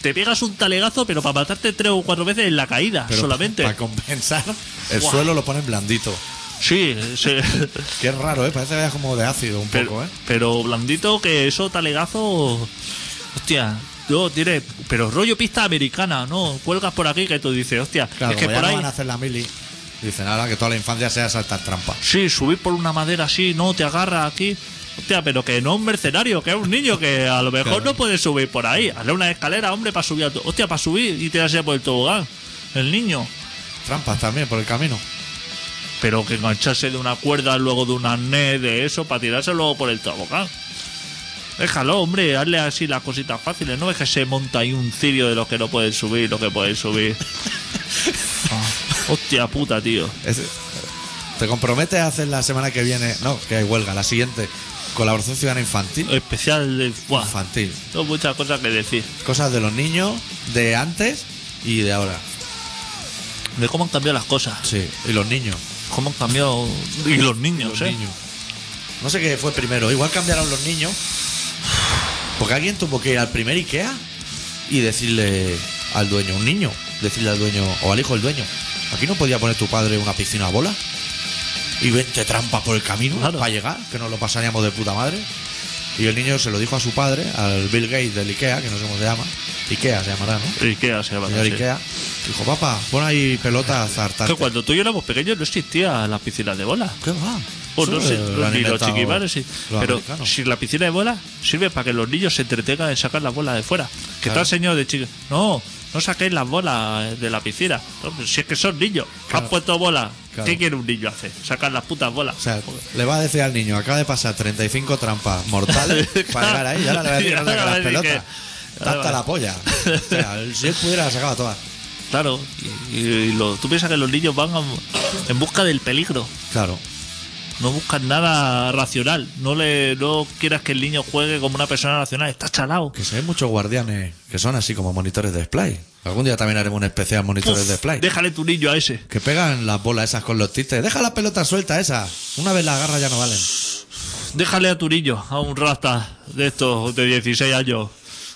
te pegas un talegazo, pero para matarte tres o cuatro veces en la caída
Pero
solamente.
Para compensar, el
Guau.
suelo lo ponen blandito.
Sí, [laughs] sí.
Qué raro, ¿eh? Parece que vaya como de ácido un
pero,
poco, ¿eh?
pero blandito que eso talegazo. Hostia. No, tiene, pero rollo pista americana, ¿no? Cuelgas por aquí que tú dices, hostia,
Claro,
es que
como ya
por
no
ahí.
van a hacer la mili. Dicen ahora que toda la infancia sea saltar trampa.
Sí, subir por una madera así, no, te agarra aquí. Hostia, pero que no es un mercenario, que es un niño que a lo mejor
Claro.
no puede subir por ahí. Hazle una escalera, hombre, para subir. a tu- Hostia, para subir y tirarse por el tobogán. El niño.
Trampas también por el camino.
Pero que engancharse de una cuerda, luego de un arnés, de eso, para tirarse luego por el tobogán. Déjalo, hombre, hazle así las cositas fáciles. No es que se monta ahí un cirio de los que no pueden subir, los que
[laughs]
pueden subir. Ah, hostia puta, tío.
Es- ¿Te comprometes a hacer la semana que viene? No, que hay huelga, la siguiente. Colaboración ciudadana infantil.
Especial de. Buah,
Infantil.
tengo muchas cosas que decir.
Cosas de los niños, de antes y de ahora.
De cómo han cambiado las cosas.
Sí, y los niños.
¿Cómo han cambiado? Y los niños,
Los
¿eh?
niños. No sé qué fue primero. Igual cambiaron los niños. Porque alguien tuvo que ir al primer IKEA y decirle al dueño, un niño, decirle al dueño o al hijo del dueño, aquí no podía poner tu padre una piscina a bola y 20 trampas por el camino
Claro.
para llegar, que nos lo pasaríamos de puta madre. Y el niño se lo dijo a su padre, al Bill Gates del IKEA, que no sé cómo se llama. IKEA se llamará, ¿no?
Ikea se llama.
Señor
sí.
IKEA. Dijo, papá, pon ahí pelotas
Que
zartantes.
cuando tú y yo éramos pequeños no existía las piscinas de bola.
¿Qué va?
O Pues no
Eso
sé,
lo han
ni los
inventado
chiquibares, sí.
los
Pero
americanos.
si la piscina de bola sirve para que los niños se entretengan en sacar las bolas de fuera. Que
Claro.
tal señor de chiqui... No, no saquéis las bolas de la piscina. No, pero si es que son niños, han puesto bolas.
Claro.
¿Qué quiere un niño hacer? Sacar las putas bolas.
O sea, le va a decir al niño, acaba de pasar 35 trampas mortales
[laughs]
para llegar ahí, y ahora le va a decir
Y
no saca
ahora
las
va a decir
pelotas.
que-
Tanta la polla. O sea, si él pudiera, la sacaba todas.
Claro. Y, y lo- tú piensas que los niños van a- en busca del peligro.
Claro.
No buscas nada racional. No le no quieras que el niño juegue como una persona racional. Está chalado.
Que se ven muchos guardianes que son así como monitores de display. Algún día también haremos un especial monitores de display.
Déjale tu niño a ese.
Que pegan las bolas esas con los tistes. Deja las pelotas sueltas esas. Una vez las agarra ya no valen.
Déjale a tu niño, a un rasta de estos de 16 años,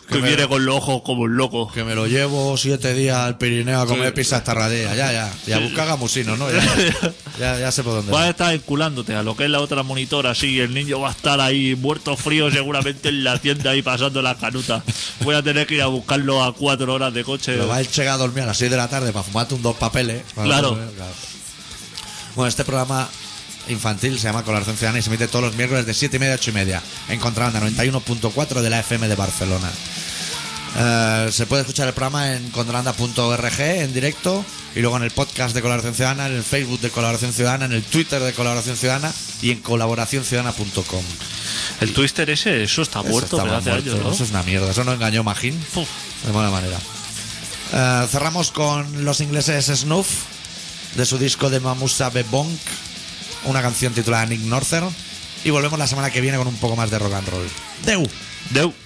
que
me-
viene con los ojos como un loco.
Que me lo llevo siete días al Pirineo a comer
Sí.
pizza tarradea, ya, ya. Y a buscar gamusinos, ¿no? Ya,
[laughs]
ya, ya sé por dónde.
Vas a
va.
estar enculándote a lo que es la otra monitora, sí, el niño va a estar ahí muerto frío seguramente en la tienda ahí pasando las canutas. Voy a tener que ir a buscarlo a cuatro horas de coche.
Pero va a llegar a dormir a las 6 de la tarde para fumarte un dos papeles. Para
Claro.
dormir, Bueno, este programa infantil se llama Colaboración Ciudadana y se emite todos los miércoles de 7 y media a 8 y media. En Contrabanda 91.4 de la FM de Barcelona. Eh, se puede escuchar el programa en contrabanda.org en directo y luego en el podcast de Colaboración Ciudadana, en el Facebook de Colaboración Ciudadana, en el Twitter de Colaboración Ciudadana y en colaboracionciudadana.com.
El twister ese, eso está muerto
Eso
desde
estaba
hace
muerto,
años,
Eso
¿no?
es una mierda. Eso no engañó Magín
Puf.
de buena manera. Eh, cerramos con los ingleses Snuff de su disco de Mamusa Bebonk, una canción titulada Nick Northern. Y volvemos la semana que viene con un poco más de rock and roll. ¡Deu!
Deu.